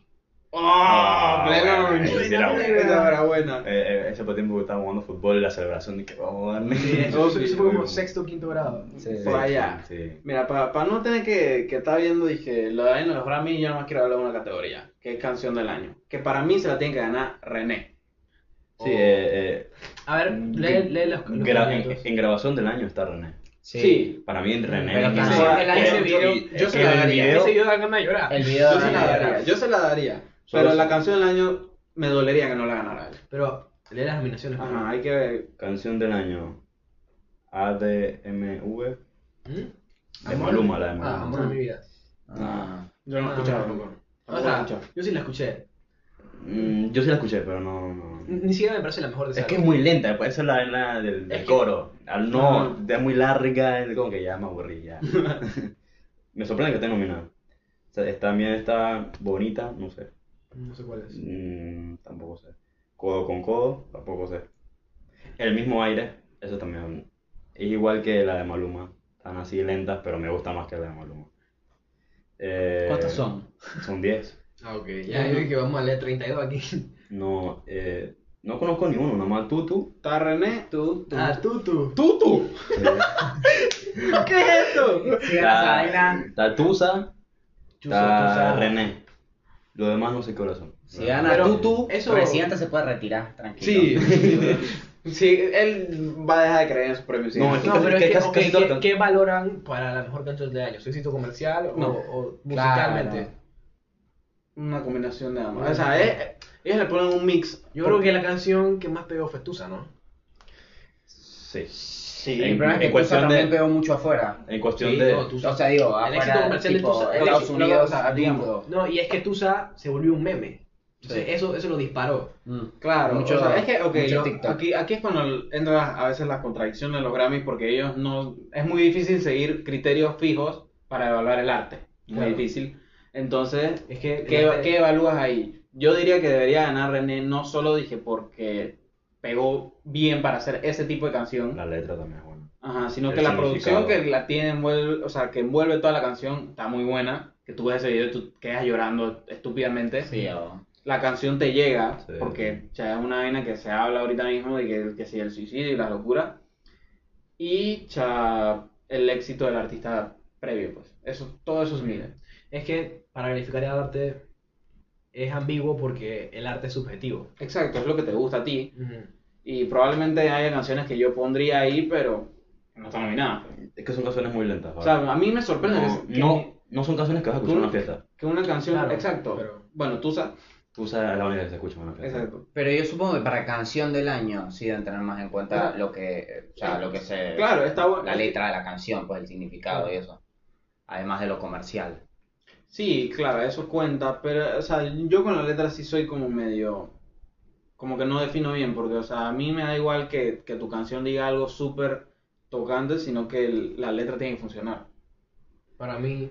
A: ¡Oh!
C: Ah,
A: plena
C: bueno,
A: no.
C: esa era buena.
A: Esa era buena.
C: Eh, eh, ese fue tiempo que estábamos jugando fútbol y la celebración de que oh, vamos a darle.
D: Sí, eso, eso- eso fue como sexto o quinto grado.
B: Sí, sí.
A: Por allá.
C: Sí.
A: Mira, para pa no tener que, que estar viendo, dije, lo de los Grammy, yo nada más quiero hablar de una categoría, que es canción del año. Que para mí se la tiene que ganar René.
C: Sí, eh, eh,
D: A ver, lee, lee los, los
C: gra- en,
D: comentarios.
C: en grabación del año está René.
A: Sí.
C: Para mí, René.
B: Pero
C: es
B: que
C: el-
B: sea
C: el-
B: el año
C: el-
A: video,
C: el-
A: yo se la
C: el
A: daría.
C: video-
D: Ese yo da ganas de llorar.
B: El video
A: Yo
B: de
A: se la daría, yo se la daría.
C: Solo
A: Pero
C: sí.
A: la canción del año me dolería que no la ganara él.
D: Pero lee las nominaciones. por
A: Ajá, hay que ver.
C: Canción del año. ADMV.
D: favor. ¿Mm?
C: De
D: Amor.
C: Maluma, la de
D: Ah,
C: Maluma.
D: amor de mi vida.
B: Ah.
A: Yo no he
D: Ah,
A: escuchado
D: no.
A: tampoco.
D: O
A: Tampoco
D: sea,
A: la he escuchado.
D: yo sí la escuché.
C: Mm, yo sí la escuché, pero no. no.
D: Ni ni siquiera me parece la mejor de
C: Es
D: esas.
C: que es muy lenta, pues, esa es la, la del, del
D: Es que-
C: coro. Al no,
A: Ah.
C: es muy larga, es como que ya me aburrí, ya. me sorprende que esté nominada. O sea, es- también está bonita, no sé.
D: No sé cuál es.
C: Mm, tampoco sé. Codo con codo, tampoco sé. El mismo aire, eso también. Es igual que la de Maluma. Están así lentas, pero me gusta más que la de Maluma. Eh,
B: ¿Cuántas son?
C: Son 10.
D: Ah, ok.
A: Ya,
D: yo
A: yo
D: dije
A: dije
D: que vamos a leer 32 aquí.
C: No, eh, no conozco ni uno, nomás Tutu.
A: Está René, tú, tú.
D: Ah, Tutu.
A: ¡Tutu! ¿Qué es Ah. esto?
B: esa vaina.
C: Está Tusa, está
D: Tusa.
C: René. Lo demás no sé qué hora son.
B: Si gana
D: Pero
B: Tutu,
D: eso-
B: Residente se puede retirar, tranquilo.
A: Sí. sí, él va a dejar de creer en su premio. sí.
C: No,
D: No,
C: Casi-
D: pero es que,
C: casi-
D: ok,
C: casi todo
D: ¿qué-
C: tan-
D: ¿qué valoran para la mejor canción del año? ¿Su éxito comercial o,
A: No.
B: Claro.
D: o musicalmente?
A: Una combinación de ambas. O sea, eh, ellos le ponen un mix.
D: Yo creo que la canción que más pegó fue Tusa, ¿no?
C: Sí.
A: Sí.
B: El problema es
C: En
B: que Tusa
C: cuestión de-
B: también veo mucho afuera.
C: En cuestión
D: Sí,
C: de.
D: no, tú- Tusa.
B: O sea, digo,
D: El éxito
B: afuera,
D: comercial de
B: tipo,
D: Tusa-
B: Estados
D: lo-
B: Unidos,
D: lo-
B: o sea, gringo.
D: No, y es que Tusa se volvió un meme. Entonces,
B: Sí.
D: eso, eso lo disparó.
B: Mm.
A: Claro,
B: Mucho-
A: o sea, es que, ok,
B: mucho
A: lo-
B: TikTok.
A: aquí, aquí es cuando entra a veces la contradicción de los Grammys porque ellos no, es muy difícil seguir criterios fijos para evaluar el arte, muy
D: Claro.
A: difícil. Entonces,
D: Es que.
A: ¿qué, qué evalúas ahí? Yo diría que debería ganar René, no solo dije porque pegó bien para hacer ese tipo de canción,
C: La letra también es buena.
A: Ajá, sino
C: El
A: que la producción
C: significado.
A: que la tiene envuelve, o sea, que envuelve toda la canción está muy buena, que tú ves ese video y tú quedas llorando estúpidamente
B: Sí, o-
A: la canción te llega,
C: Sí.
A: porque o sea, es una vaina que se habla ahorita mismo de que, que si el suicidio y la locura, y cha, el éxito del artista previo, pues. Eso, todo eso es mide.
D: Es que para calificar el arte es ambiguo porque el arte es subjetivo.
A: Exacto, es lo que te gusta a ti. Y probablemente haya canciones que yo pondría ahí, pero no están nominadas. pues.
C: Es que son canciones muy lentas.
A: O
C: ¿vale?
A: sea, a mí me sorprende
C: no,
A: que,
C: no, no son canciones que vas a escuchar en una
A: Tú-
C: fiesta.
A: que una canción.
D: Claro,
A: exacto.
D: pero-
A: Bueno, tú sabes.
C: Tusa es la única que se escucha en una fiesta.
A: Exacto.
B: Pero yo supongo que para canción del año sí deben tener más en cuenta
A: Claro.
B: lo que, o sea, lo que se...
A: Claro, está bueno.
B: La letra de la canción, pues el significado y eso. Además de lo comercial.
A: Sí, claro, eso cuenta, pero, o sea, yo con la letra sí soy como medio, como que no defino bien, porque, o sea, a mí me da igual que, que tu canción diga algo súper tocante, sino que el- la letra tiene que funcionar.
D: Para mí,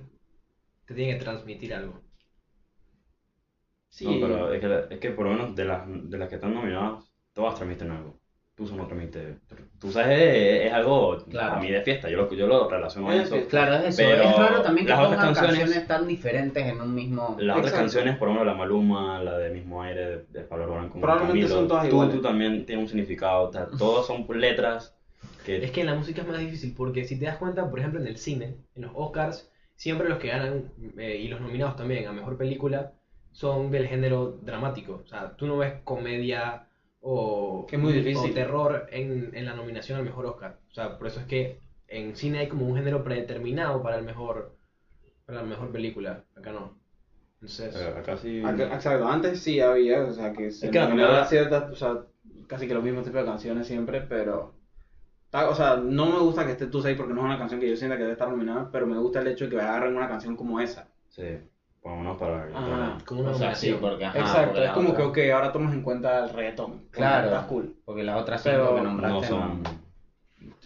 D: te tiene que transmitir algo.
A: Sí,
C: No, pero es que, la- es que por lo menos de las, de las que están nominadas, todas transmiten algo. Tusa no transmite. Tusa es, es algo,
B: Claro.
C: a mí de fiesta, yo lo, yo lo relaciono a
A: Es de
C: eso.
A: fiesta.
B: Claro, es eso.
C: Pero
B: es raro también que
C: las otras
B: pongan canciones...
C: canciones-
B: tan diferentes en un mismo.
C: Las otras
A: Exacto.
C: canciones, por lo menos la Maluma, la de Mismo Aire, de, de Pablo Alborán con
A: Probablemente
C: Camilo,
A: son todas
C: tú,
A: iguales.
C: tú también tiene un significado, o sea, todas son letras que...
D: Es que en la música es más difícil porque si te das cuenta, por ejemplo, en el cine, en los Oscars, siempre los que ganan eh, y los nominados también a mejor película son del género dramático. O sea, tú no ves comedia o,
A: Que es muy
D: o
A: difícil.
D: terror en, en la nominación al mejor Oscar. O sea, por eso es que en cine hay como un género predeterminado para el mejor para la mejor película. Acá no. Entonces,
C: eh, acá sí...
A: ac- exacto, antes sí había, o sea, que se
C: Es que la
A: nominaban
C: primera-
A: ciertas, o sea, casi que los mismos tipos de canciones siempre, pero, ta- o sea, no me gusta que esté Tusa ahí porque no es una canción que yo sienta que debe estar nominada, pero me gusta el hecho de que agarren una canción como esa.
C: Sí, por lo menos para...
A: Ajá.
D: como una
B: o sea, sí,
D: nominación.
B: porque. ajá,
A: exacto,
B: porque
A: es
B: las
A: como que,
B: otras-
A: ok, ahora tomas en cuenta el reggaetón.
B: Claro.
A: Está cool.
B: Porque las otras cinco
A: Pero
B: que
C: para-
B: nombraste.
C: No son...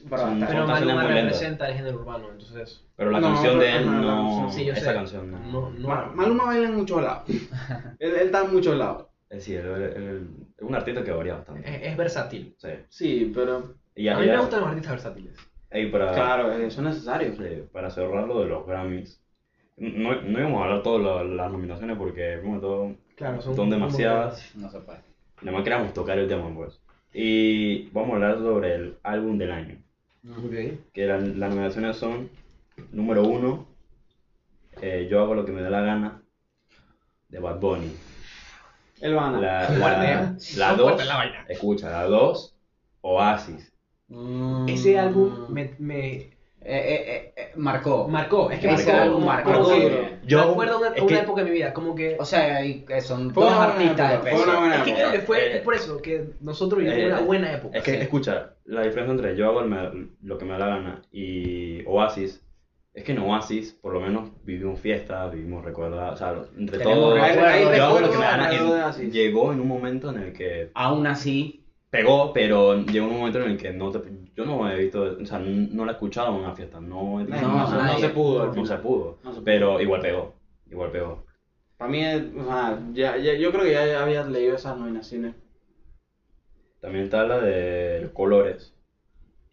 A: Pero
C: Son-
A: hasta-
C: canciones
D: Pero Maluma
C: muy lentas.
D: representa el género urbano, entonces
C: Pero la
A: No,
C: canción de
A: pero-
C: él
A: ajá, la
C: no...
A: canción,
D: sí, yo
C: esa
D: sé.
C: canción no.
D: no, no-
A: Ma- Maluma baila en muchos lados. él, él está en muchos lados.
C: Eh, Sí, él- él- él- es un artista que varía bastante.
D: es, es versátil.
C: Sí.
A: Sí, pero.
C: Y
D: Eh, A
C: ya-
D: mí me
C: ya-
D: gustan los artistas versátiles.
C: Ey, para,
A: Claro, eso es necesario.
C: eh, para cerrar lo de los Grammys, no, no íbamos a hablar todas la- las nominaciones porque, primero de todo,
D: Claro, son,
C: son demasiadas.
B: No se puede.
C: Nada más queríamos tocar el tema, pues. Y vamos a hablar sobre el álbum del año. Que la- las nominaciones son: número uno, eh, Yo hago lo que me da la gana, de Bad Bunny.
A: El Bana.
C: La, la, la dos, escucha, la dos, Oasis.
D: Ese álbum me, me
B: Eh, eh, eh, marcó.
D: marcó. Es que
B: Ese
D: marcó.
B: álbum marcó
D: como
A: duro.
D: que-
C: Yo-
D: me acuerdo una,
C: es
D: una
C: que-
D: época de mi vida, como que.
B: O sea, y- eh, son
A: Fue
B: dos
A: una buena
B: artistas de
A: época, fue
B: peso.
A: una buena
D: es que
A: época.
D: creo que fue
C: Eh,
D: es por eso que nosotros vivimos
C: eh,
D: una buena época.
C: Es que,
B: Sí.
C: escucha, la diferencia entre Yo hago el me- lo que me da la gana y Oasis es que en Oasis, por lo menos, vivimos fiestas, vivimos recuerdos, o sea, entre
B: Tenemos
C: todos.
A: Hay- hay
C: Yo hago lo que
A: recuerdos
C: me da la
A: alrededor de
C: gana.
A: Oasis.
C: Llegó en un momento en el que
B: Aún así,
C: pegó, pero llegó un momento en el que no te, yo no he visto, o sea, n- no la he escuchado en una fiesta, no, he-
A: No,
B: no,
C: se-
B: nadie.
C: se pudo,
A: No.
C: no se pudo,
A: No se pudo.
C: pero igual pegó, igual pegó.
A: Para mí, es- o sea, ya, ya- yo creo que ya habías leído esas nominaciones.
C: También está la de los colores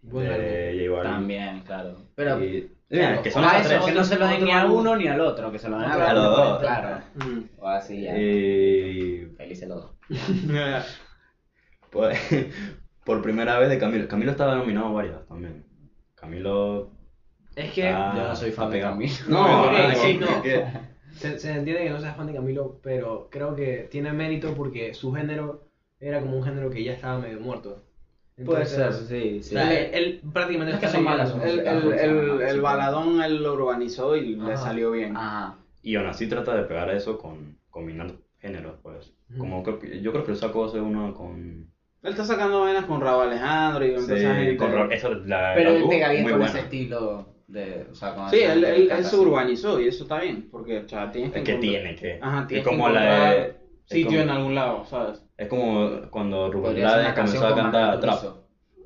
D: Buen álbum.
C: de J Balvin.
B: también, claro. Pero.
C: Eh, Y- mira, que son
B: a
C: esas
B: eso,
C: tres.
B: que no se lo den
D: otro
B: ni a
D: álbum.
B: uno ni al otro, que se lo den
D: Otro
B: a los
C: álbum.
B: dos. Claro. O así ya.
C: Eh, Y
B: Felices los dos.
C: por, por primera vez de Camilo, Camilo estaba nominado a varias también. Camilo
D: Es que
C: Ah,
B: Yo no soy fan de
C: pegado.
B: Camilo.
C: No,
D: ok,
C: ah, que-
D: sí, no.
C: que-
D: se, se entiende que no seas fan de Camilo, pero creo que tiene mérito porque su género era como un género que ya estaba medio muerto.
B: Puede ser,
D: Entonces,
B: sí, sí.
D: o sea, él, él prácticamente
B: No es que
D: está
B: son malas,
D: viviendo-
B: son- Ah.
A: El, el, el, el baladón él lo urbanizó y le
D: Ajá.
A: salió bien.
B: Ajá.
C: Y aún así trata de pegar eso con combinar géneros, pues.
B: Mm.
D: Ujú.
C: Como que, yo creo que él sacó hace uno con.
A: Él está sacando venas con Rabo Alejandro y con toda
C: Sí,
A: esa gente.
C: con Ra- eso, la,
B: Pero
C: la
B: él
C: tuvo
B: pega bien
C: muy
B: con
C: buena.
B: ese estilo de. O sea, con
A: Sí,
B: esa
A: él, él, él
B: carcasa.
A: se urbanizó y eso está bien, porque o sea, tienes que
C: Es que
A: encontrar-
C: tiene que.
A: Ajá,
C: es
A: tienes que
C: como la de-
A: encontrar sitio
C: como-
A: en algún lado, ¿sabes?
C: Es como cuando Rubén
B: Podría ser
C: Blades
B: una canción
C: comenzó
B: con
C: a cantar
B: Manuel
C: trap.
B: Turizo.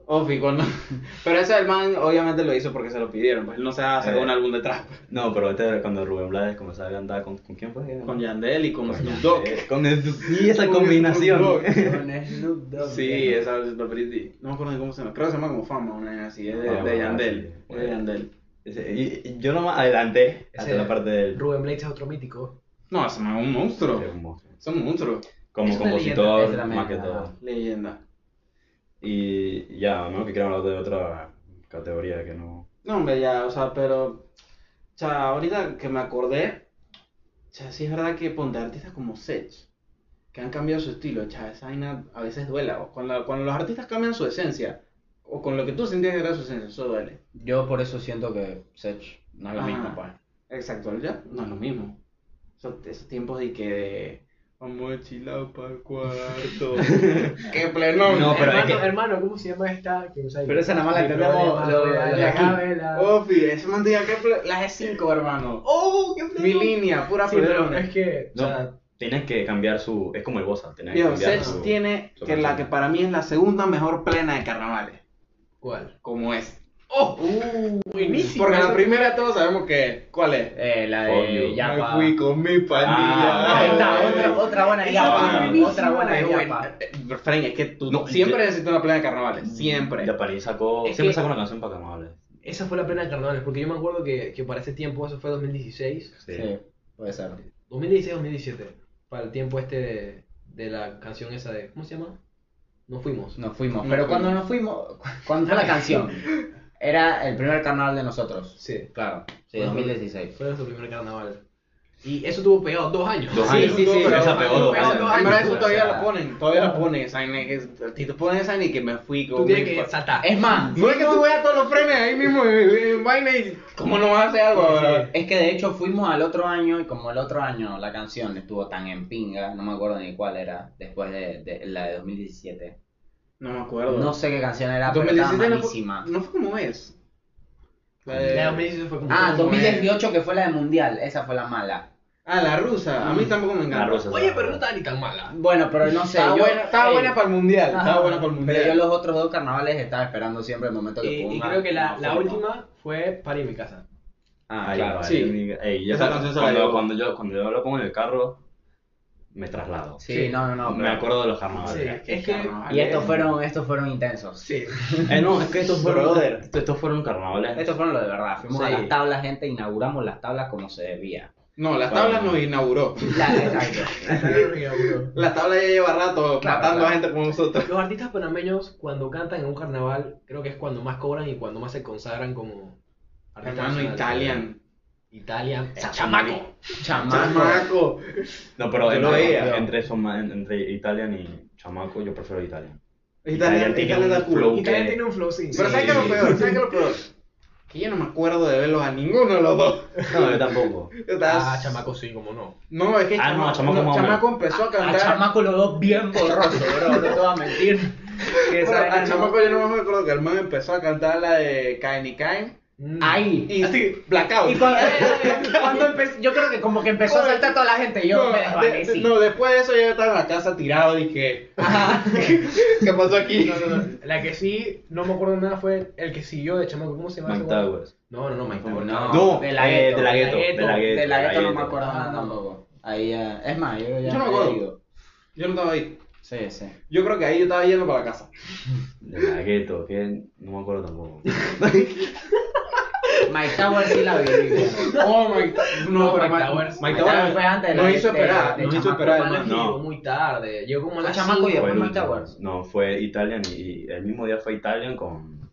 A: Ofi, cuando... Pero ese el man obviamente lo hizo porque se lo pidieron, pues él no se ha sacado
C: Eh.
A: un álbum pues, de trap
C: No, pero este, cuando Rubén Blades comenzó a cantar con, ¿con quién fue?
A: con Yandel y con
C: Con
A: Snoop
C: Jan-
A: Dogg.
C: eh, con el- sí, esa
A: Con
C: combinación.
A: Snoop Dogg.
B: Con Snoop Dogg.
A: Sí, esa es la pretty. No me acuerdo ni cómo se llama. Creo que se llama como Fama, una vez así. Es de,
C: Fama,
A: de Yandel.
C: sí.
A: es de Yandel.
C: Ese- y- y yo nomás adelanté hasta
D: Ese-
C: la parte del.
D: Rubén Blades es otro mítico.
A: No, ese man es un monstruo.
C: de un monstruo.
A: Es un monstruo.
C: Como
D: Es una
C: compositor,
B: leyenda, es la
C: más que
B: mera.
C: todo.
A: Leyenda.
C: Y ya, a menos que quieran hablar de otra categoría que no.
A: No, hombre, ya, o sea, pero. O sea, ahorita que me acordé. O sea, sí es verdad que ponte artistas como Sech. Que han cambiado su estilo. O sea, esa vaina a veces duela. o cuando, cuando los artistas cambian su esencia. O con lo que tú sentías que era su esencia. Eso duele.
B: Yo por eso siento que Sech no es lo
A: Ajá.
B: mismo, pues.
A: Exacto, ya no es lo mismo. Eso- esos tiempos de que de, vamos de chilao para el cuarto. ¡Qué pleno!
C: No, pero
D: hermano,
C: es que-
D: hermano, ¿cómo se llama esta? Que usa ahí?
B: Pero esa nada más la
D: Mi
B: entendemos
D: problema
B: lo-
D: fue
B: lo-
D: la
B: de aquí.
D: cabela.
A: Ofi, ese man diga que ple- la G5, hermano.
D: ¡Oh, qué
A: Mi línea, pura
D: Sí,
A: plena.
D: pero es que, o
C: No,
D: sea,
C: tienes que cambiar su. Es como el Bosa, tienes que
A: Viejo,
C: cambiar
A: Sech
C: su.
A: tiene
C: su
A: que la
C: canción.
A: que para mí es la segunda mejor plena de carnavales.
D: ¿cuál?
A: Como es. ¡Oh!
D: Buenísimo.
A: Porque la
D: eso-
A: primera todos sabemos que. ¿Cuál es?
B: Eh, la
C: Fuck
B: de
C: you.
A: Me
B: Yapa.
A: fui con mi pandilla.
C: Ah,
B: Ahí está,
A: Eh,
B: otra, otra buena
D: Esa
A: fue
B: yapa.
D: buenísima,
B: Otra buena
D: güey.
B: yapa.
A: eh, eh, Frank, es que tú
C: No,
A: siempre
C: yo- Mm,
A: necesitas una plena de carnavales. Siempre.
C: De París sacó.
D: Es
C: Siempre
D: que-
C: sacó una canción para carnavales.
D: Esa fue la plena de carnavales, porque yo me acuerdo que, que para ese tiempo, eso fue 2016,
B: Sí, puede ser.
D: 2016-2017, para el tiempo este de, de la canción esa de, ¿cómo se llama? No fuimos.
B: Nos fuimos.
A: Nos
B: Pero cuando
A: fuimos.
B: nos fuimos, cu- cuando fue la canción, era el primer carnaval de nosotros.
D: Sí,
B: Claro, sí,
D: Fue-
B: 2016.
D: fue nuestro primer carnaval. Y eso tuvo pegado dos años.
C: Dos
B: Sí,
C: años.
B: sí, sí,
C: Pero
B: dos
C: esa
B: años,
C: pegó dos
D: pegó
C: años.
D: dos
A: Ah,
D: años.
A: pero
D: o
A: eso
D: sea,
A: todavía la ponen, todavía la ponen esa vaina que si te ponen esa ni que me fui con
D: Tú tienes
A: mi
D: que
A: pa-
D: saltar.
B: Es más,
A: No es que tú veas todos los premios ahí mismo eh, eh, vaina y cómo no vas a hacer algo ahora.
B: es que de hecho fuimos al otro año y como el otro año la canción estuvo tan en pinga, no me acuerdo ni cuál era, después de, de la de 2017.
A: No me acuerdo.
B: No sé qué canción era, pero estaba
A: 2017 no
B: malísima.
A: fue, no fue como es. La de-
D: La de 2016 fue como...
B: Ah,
A: dos-
B: 2018 que fue la de Mundial, esa fue la mala.
A: Ah, la rusa. A mí tampoco me encanta.
C: La rusa.
D: Oye, pero no estaba ni tan mala.
B: Bueno, pero no sé.
A: Estaba
B: yo-
A: buena, estaba
B: eh,
A: buena para el mundial.
B: ajá,
A: Estaba buena para el mundial.
B: Pero yo los otros dos carnavales estaba esperando siempre el momento que
D: Y, y
B: pongan
D: creo que la,
B: una
D: la
B: forma.
D: última fue para ir a mi casa.
B: Ah,
C: Ahí,
B: claro.
C: ahí,
A: sí.
C: amiga. Ey, yo
A: Esa
C: cuando,
A: canción se la
C: cuando,
A: llevo.
C: cuando yo, cuando yo lo pongo en el carro, me traslado.
B: Sí,
D: Sí.
B: no, no, no.
C: me
B: pero-
C: acuerdo de los carnavales.
D: Sí, es que...
B: Y estos fueron, estos fueron intensos.
D: Sí.
C: Eh, no, es que estos fueron,
A: Brother.
C: estos, estos fueron carnavales.
B: Estos fueron los de verdad. Fuimos a
C: Sí.
B: las tablas, gente, inauguramos las tablas como se debía.
A: No, las tablas nos inauguró.
B: La- exacto.
A: Las tablas ya lleva rato
B: Claro,
A: matando
B: claro.
A: a gente como nosotros.
D: Los artistas panameños cuando cantan en un carnaval creo que es cuando más cobran y cuando más se consagran como
A: Hermano Eh,
D: nacionales.
A: Italian.
D: Italia.
A: Chamaco.
B: Chamaco.
A: Chamaco.
C: No, pero
A: Yo lo
C: entre,
A: veía.
C: entre, esos ma- en- entre Italian y Chamaco, yo prefiero Italian.
A: Italian,
C: Italian tiene
A: Italian
C: un
A: da culo.
C: flow.
D: Italia
C: Ok.
D: tiene un flow, sí.
A: Pero ¿sabes qué es lo peor? ¿Sabes qué es lo peor? Que yo no me acuerdo de verlos a ninguno de los dos.
C: No, yo tampoco.
A: Yo estaba-
D: Ah, chamaco sí, como no.
A: No, es que
C: Ah, no, a Chamaco más o menos.
A: Chamaco empezó a
B: A
A: cantar.
B: Ah, Chamaco los dos bien borrosos, bro. No te voy a mentir. Que
A: Bueno,
B: esa
A: a
B: vaina no-
A: Chamaco yo no me acuerdo que el man empezó a cantar la de Kain y Kain.
B: Ahí.
A: Y así, Blackout.
B: Ah, Y cuando, cuando empezó, yo creo que como que empezó a saltar toda la gente, yo
A: no,
B: me
A: de-
B: desvanecí.
A: no, después de eso yo estaba en la casa tirado y dije,
B: Ajá.
A: ¿qué pasó aquí?
D: No, no, no. La que sí, no me acuerdo nada, fue el que siguió de chamaco. ¿Cómo se llama?
C: Mike
D: ese güey?
C: Towers.
D: No, no, no, Mike Tower.
B: No,
C: No,
B: de la
C: eh,
B: gueto,
C: de la gueto,
D: de la
C: de la gueto,
B: De la
C: de la
B: gueto no me
C: gueto.
B: acuerdo nada tampoco. Ahí ya, es más, yo ya
A: Yo no me
B: ya
A: acuerdo.
B: digo.
A: Yo no estaba ahí.
B: Sí, sí.
A: Yo creo que ahí yo estaba yendo para la casa.
C: De la gueto, que no me acuerdo tampoco.
B: Mike Tower sí la viví.
A: Oh my god. No,
D: No,
A: pero
D: Mike
A: Mike Mike
D: Towers.
B: Mike
A: Towers
B: Towers fue antes de la
A: Nos hizo
B: de-
A: esperar,
B: de
A: nos hizo
B: Chamaco,
A: esperar.
D: Ah,
A: hermano.
D: no,
C: No.
D: muy tarde. Llegó como a
B: Fue
D: las
B: chamaco y
D: cinco.
B: después
C: el
B: Mike
C: último.
B: Towers.
C: No, fue Italian y, y el mismo día fue Italian con.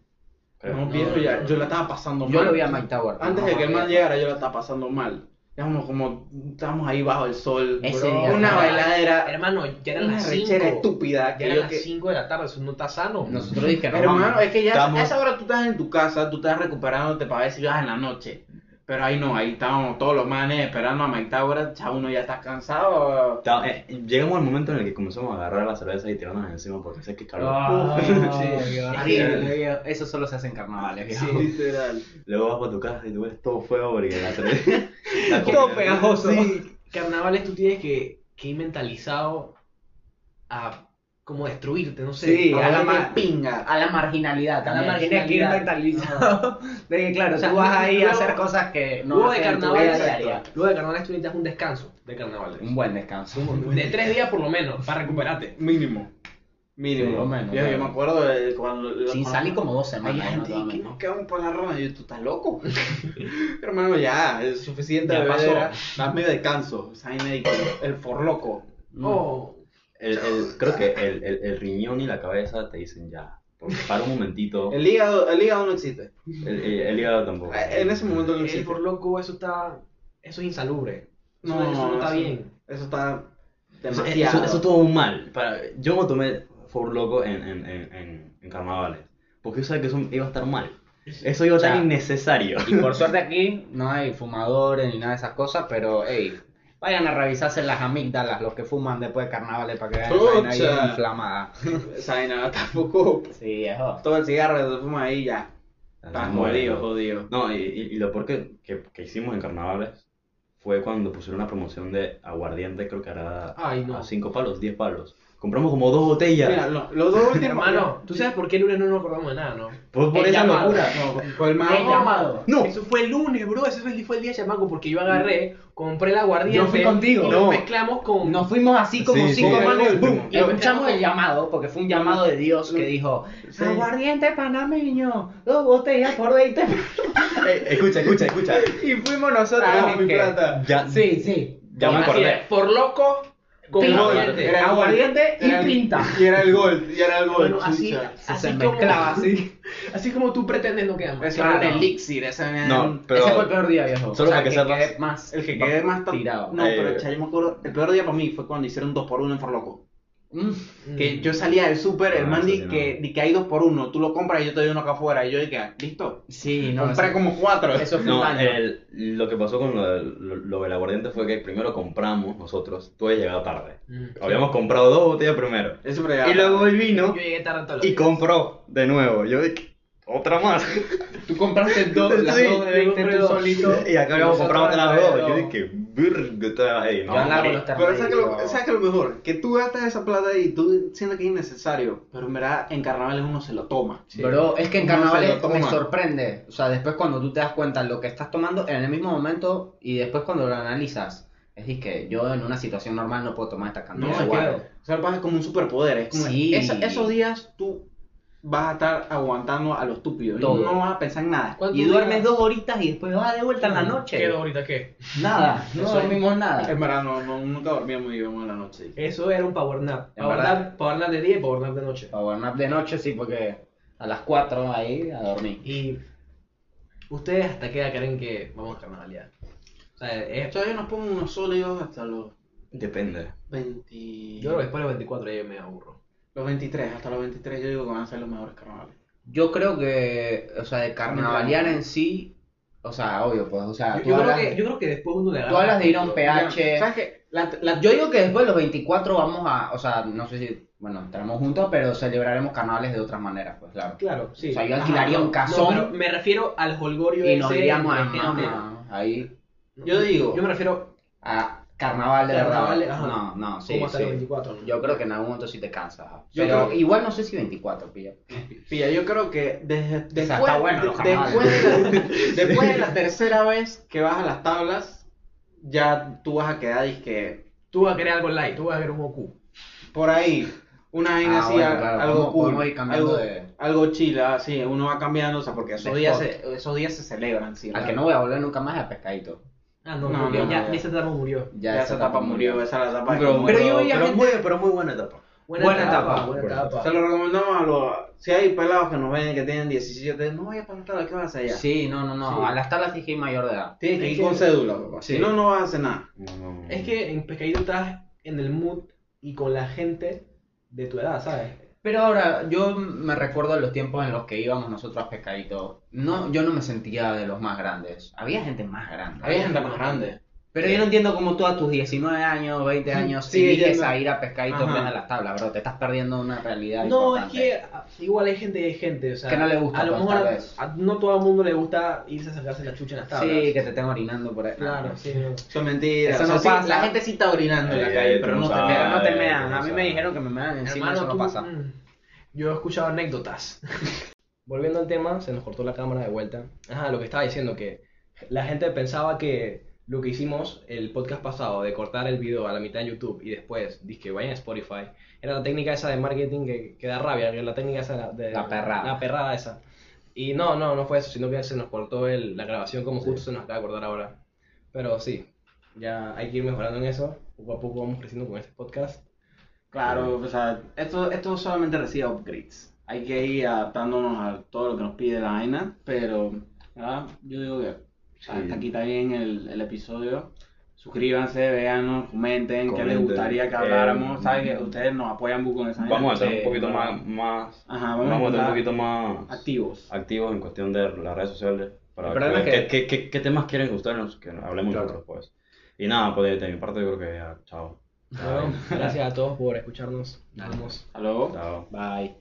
C: creo.
A: No, viejo, ya, yo la estaba pasando mal.
B: Yo lo vi a Mike Tower.
A: Antes
B: No,
A: de que el
B: no,
A: man
B: no.
A: llegara, yo la estaba pasando mal. Estábamos como, estábamos ahí bajo el sol.
B: Ese
A: bro.
B: día,
A: una
B: ¿no?
A: bailadera,
D: Hermano, ya eran
A: una
D: las
A: rechera
D: 5.
A: estúpida.
D: Ya
A: Que
D: eran
A: yo
D: las
A: que...
D: 5 de la tarde, eso no está sano.
B: Nosotros dije que no.
A: Hermano, es que ya
C: Estamos-
A: a esa hora tú estás en tu casa, tú estás recuperándote para ver si vas en la noche. Pero ahí no, ahí estábamos todos los manes esperando a Mike Tower. Ya uno ya está cansado.
C: Ta- eh, Llegamos al momento en el que comenzamos a agarrar la cerveza y tirándonos encima porque sé que es calor.
B: Ah,
D: Sí,
B: qué
D: sí.
B: barbaridad. Eso solo se hace en carnavales, viejo.
A: Literal.
C: Luego vas para tu casa y tú ves todo fuego porque la cerveza. la
B: Todo
C: combinación-
B: pegajoso.
D: Sí, carnavales tú tienes que, que ir mentalizado a como destruirte, no sé.
B: Sí,
A: a la
B: ma-
A: más pinga.
B: A la marginalidad
D: A la
B: también. Tienes que ir
D: marginalidad.
B: mentalizado. De que, claro,
D: O sea,
B: tú vas ahí a
D: luego-
B: hacer cosas que no
D: luego, de
B: haces en tu
D: carnaval,
B: vida
D: exacto.
B: diaria.
D: luego de carnavales tú necesitas un descanso de carnavales.
B: Un buen descanso.
D: De tres días por lo menos, para recuperarte.
A: Mínimo. Mínimo.
B: Sí, por lo menos,
A: Viejo, yo,
B: claro.
A: me acuerdo de cuando.
B: Sin
A: cuando-
B: salir como dos semanas. ¿eh?
A: Hay
B: ¿no?
A: gente
B: Todo
A: que
B: menos.
A: nos quedamos por la rama. Y yo, tú estás loco. Hermano, ya, es suficiente
D: Ya
A: de
D: pasó.
A: bebedera. Dame descanso. Esa vaina de que el forloco.
B: Mm.
D: Oh,
C: El, el- creo que el, el, el riñón y la cabeza te dicen ya. Porque para un momentito. El,
A: El hígado, el hígado no existe. Eh,
C: el- el hígado tampoco.
A: En ese momento no
D: el
A: existe.
D: por loco, eso está. Eso es insalubre. Eso
A: No,
D: no, eso no está
A: eso-
D: bien.
A: Eso está
C: Eso,
A: demasiado.
C: eso- eso estuvo mal. Para, yo me tomé For Loco en, en, en, en, en carnavales. Porque yo sabía que eso iba a estar mal. Eso iba a estar
B: Ya.
C: innecesario.
B: Y por suerte aquí no hay fumadores ni nada de esas cosas, pero hey, vayan a revisarse las amígdalas, los que fuman después de carnavales para que vean esa vaina bien
A: Chucha.
B: inflamada.
A: Esa vaina tampoco.
B: Sí, es hot.
A: Todo el cigarro que se fuma ahí ya. Está jodido, jodido.
C: Ah, No, y, y, y lo peor que, que, que hicimos en carnavales fue cuando pusieron una promoción de aguardiente, creo que era
D: Ay, no.
C: a 5 palos, 10 palos. Compramos como dos botellas.
A: Mira, lo- los dos últimos.
D: Hermano, tú sabes por qué el lunes no nos acordamos de nada, ¿no?
C: por por
B: El
C: esa
B: llamado.
C: locura.
A: No, con el mango.
B: He llamado.
C: No.
D: Eso fue el lunes, bro. Ese fue el, fue el día de chamaco porque yo agarré, compré la guardia.
B: Yo fui contigo.
D: Y lo
C: No.
D: mezclamos con.
B: Nos fuimos así como
C: Sí,
B: cinco
C: sí.
B: manos
A: El
B: boom,
A: último.
B: y escuchamos el llamado, porque fue un llamado de Dios que dijo:
A: Sí.
B: Aguardiente panameño, dos botellas por 20.
C: Eh, escucha, escucha, escucha.
B: y fuimos nosotros.
A: Ah,
B: ¿sabes
A: mi
B: qué?
A: plata.
C: Ya,
B: Sí, sí.
C: ya me
D: Así
C: acordé.
D: es, por loco, con
B: Pinta.
D: aguardiente.
B: Era- Aguardiente y
A: Era el-
B: pinta.
A: Y era el gol, y era el gol.
D: Bueno, así,
A: chucha.
B: Se
D: así como,
B: mezclaba así.
D: así como tú pretendes no quedamos.
A: Eso
B: Claro.
A: era un elixir, esa era-
C: No, pero-
B: Ese fue el peor día, viejo.
C: Solo para que sepas.
B: quedé más.
A: El que quedé más ta-
B: tirado.
A: No,
C: Eh.
A: pero ya yo me acuerdo. El peor día para mí fue cuando hicieron 2 por 1 en Forloco.
B: Mm.
A: Que yo salía del súper, el
C: Ah,
A: man
C: eso
A: di
C: sí, no.
A: que, di que hay 2 por 1 Tú lo compras y yo te doy uno acá afuera. Y yo dije, listo.
B: Sí, no.
A: Compré
B: eso-
A: como 4.
B: Eso fue un
C: No,
B: año.
C: el- lo que pasó con lo, del- lo, lo del aguardiente fue que primero compramos nosotros. Tú habías llegado tarde.
D: Mm.
C: Habíamos comprado dos botellas primero.
A: Eso fregaba.
C: Y luego él vino
D: Yo llegué tarde a todos los
C: y
D: días.
C: compró de nuevo. Yo dije, otra más.
B: Tú compraste dos, las
C: Sí,
B: dos de 20
D: compré
B: tú
D: dos.
B: solito.
C: Y acá habíamos comprado
B: otra
C: otras dos. Yo dije, virga, ey, no,
B: Yo andaba con
C: hombre.
B: los
A: Pero ¿sabes que, lo,
B: terneros.
A: ¿sabes qué es lo mejor? Que tú gastas esa plata y tú sientes que es innecesario. Pero en verdad, en carnavales uno se lo toma.
B: Bro, es que en
A: Uno se
B: carnavales
A: lo toma.
B: me sorprende. O sea, después cuando tú te das cuenta lo que estás tomando en el mismo momento y después cuando lo analizas, es decir, que yo en una situación normal no puedo tomar esta
A: No,
B: cantidad
A: es
B: de
A: que,
B: guaro.
A: o sea, pasa como un superpoder. Es como
B: Sí.
A: esa- esos días tú vas a estar aguantando a lo estúpido.
B: Todo.
A: Y no vas a pensar en nada.
D: ¿Cuántos
B: Y duermes
D: días? Mm,
B: dos horitas y después vas de vuelta en la noche.
D: ¿Qué ahorita qué?
B: Nada, no
D: Eso es-
B: dormimos nada.
A: En verdad, no, no, nunca dormíamos y íbamos en la noche.
D: Eso era un power nap.
B: En
D: Power
B: verdad.
D: nap, power nap de día y power nap de noche.
B: Power nap de noche sí, porque a las 4 ahí a dormir.
D: Y ustedes hasta qué edad creen que vamos a carnavalear. O sea, es-
A: Yo nos pongo unos sólidos hasta los
C: Depende.
A: 20...
D: yo creo que después de los 24 ya yo me aburro.
A: Los 23, hasta los 23 yo digo que van a ser los mejores carnavales.
B: Yo creo que, o sea, de carnavalear en sí, o sea, obvio, pues, o sea,
D: Yo,
B: tú
D: yo creo
B: hablas-
D: que, yo creo que después uno le agarra.
B: Tú hablas de ir a un
D: Yo-
B: PH.
A: ¿Sabes qué?
B: La- la- yo digo que después de los 24 vamos a, o sea, no sé si, bueno, estaremos juntos, pero celebraremos carnavales de otras maneras, pues claro.
D: Claro, sí.
B: O sea, yo
A: Ajá,
B: alquilaría
A: no,
B: un
D: No,
B: casón
D: pero me refiero al holgorio
B: y nos
D: ese
B: iríamos
D: de
B: a
D: gente.
B: mamá, ahí
A: Yo digo-
D: Yo me refiero
B: a carnaval de verdad.
D: Carnavales, ajá.
B: No, no, sí,
D: como hasta
B: sí.
D: los 24. ¿no?
B: Yo creo que en algún momento sí te cansas. ajá.
A: Yo
B: Pero
A: creo-
B: igual no sé si 24, pilla.
A: Pilla, yo creo que desde, después,
B: sea, está bueno los
A: de- después de
B: carnavales.
A: la, después de la tercera vez que vas a las tablas, ya tú vas a quedar y que
D: Tú vas a querer algo light, tú vas a querer un Goku.
A: por ahí, una vaina
B: Ah,
A: así,
B: bueno,
A: a-
B: claro,
A: algo
B: podemos-
A: cool,
B: podemos ir cambiando
A: algo,
B: de-
A: algo chila, así, uno va cambiando, o sea, porque esos
B: De
A: días,
B: spot.
A: se, esos días se celebran, sí.
B: Al
A: ¿verdad?
B: que no voy a volver nunca más es a pescadito.
D: Ah, no,
A: No,
D: porque
A: no, no,
D: ya,
A: ya.
D: ya esa etapa murió.
A: Ya, esa etapa murió, esa era la etapa de
C: Pero,
A: como-
B: Pero yo veía
C: pero
B: gente-
C: muy, pero muy buena etapa.
D: Buena,
B: Buena
D: etapa,
B: etapa.
D: buena
C: Buena
D: etapa.
A: Se lo recomendamos a los. Si hay pelados que nos ven que tienen 17, no vayas para la tabla, ¿qué vas a hacer allá?
B: Sí, no, no, no.
D: Sí.
B: A las tablas dije mayor de edad.
A: Tienes que
D: Es
A: ir
D: que-
A: con cédula, papá.
D: Sí.
A: Si no, no vas a hacer nada.
D: Es que en Pescadito estás en el mood y con la gente de tu edad, ¿sabes?
B: Pero ahora, yo me recuerdo los tiempos en los que íbamos nosotros a pescadito. No, yo no me sentía de los más grandes. Había gente más grande.
A: Había gente más grande.
B: Pero yo no entiendo cómo tú a tus 19 años, 20 años,
A: Sí,
B: sigues
A: yendo.
B: a ir a pescadito en
A: Ajá.
B: vez de las tablas, bro. Te estás perdiendo una realidad
D: No, es
B: importante.
D: que ah, igual hay gente y hay gente, o sea,
B: Que no le gusta,
D: a lo
B: pues,
D: mejor
B: tal vez.
D: a- no todo el mundo le gusta irse a sacarse la chucha en las tablas.
B: Sí, que te estén orinando por ahí.
D: claro, sí. no.
A: Eso es mentira.
B: Eso
A: O sea,
B: no
A: sí,
B: pasa.
A: La gente sí está orinando en la
C: Ay,
A: calle,
C: ay,
A: pero
C: tú
A: no te
C: sabes.
B: Pero
A: vean.
B: no te
C: Ay,
B: mean. A mí
C: esa.
B: me dijeron que me mean encima, eso no
D: tú-
B: pasa.
D: mm, Yo he escuchado anécdotas. Volviendo al tema, se nos cortó la cámara de vuelta. Ajá, lo que estaba diciendo, que la gente pensaba que lo que hicimos el podcast pasado, de cortar el video a la mitad en YouTube y después, que vayan a Spotify, era la técnica esa de marketing que, que da rabia, que la técnica esa de...
B: La perrada.
D: La perrada esa. Y no, no, no fue eso, sino que se nos cortó el- la grabación como justo se nos acaba de cortar ahora. Pero sí, ya hay que ir mejorando en eso. Poco a poco vamos creciendo con este podcast.
A: Claro, o sea, esto, esto solamente recibe upgrades. Hay que ir adaptándonos a todo lo que nos pide la vaina, pero ah, yo digo que o sea,
C: Sí.
A: hasta aquí está bien el, el episodio. Suscríbanse, véanos, comenten, qué les
C: Comenten.
A: gustaría que
C: Eh,
A: habláramos. Saben que ustedes nos apoyan mucho con esa vaina.
C: Vamos a estar un
A: Sí,
C: poquito
A: ¿verdad?
C: más, más,
A: Ajá, Ah, vamos,
C: vamos a estar
A: estar
C: un poquito más
A: activos.
C: activos en cuestión de las redes sociales para
B: El
C: ver
B: problema es
C: qué, qué- qué- qué temas quieren que ustedes que hablemos
B: Claro.
C: nosotros pues. Y nada, pues de mi parte yo creo que ya, chao.
D: Bueno, gracias a todos por escucharnos. Nos vemos.
A: Hasta luego.
C: Chao.
B: Bye.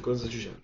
D: Con esa chucha.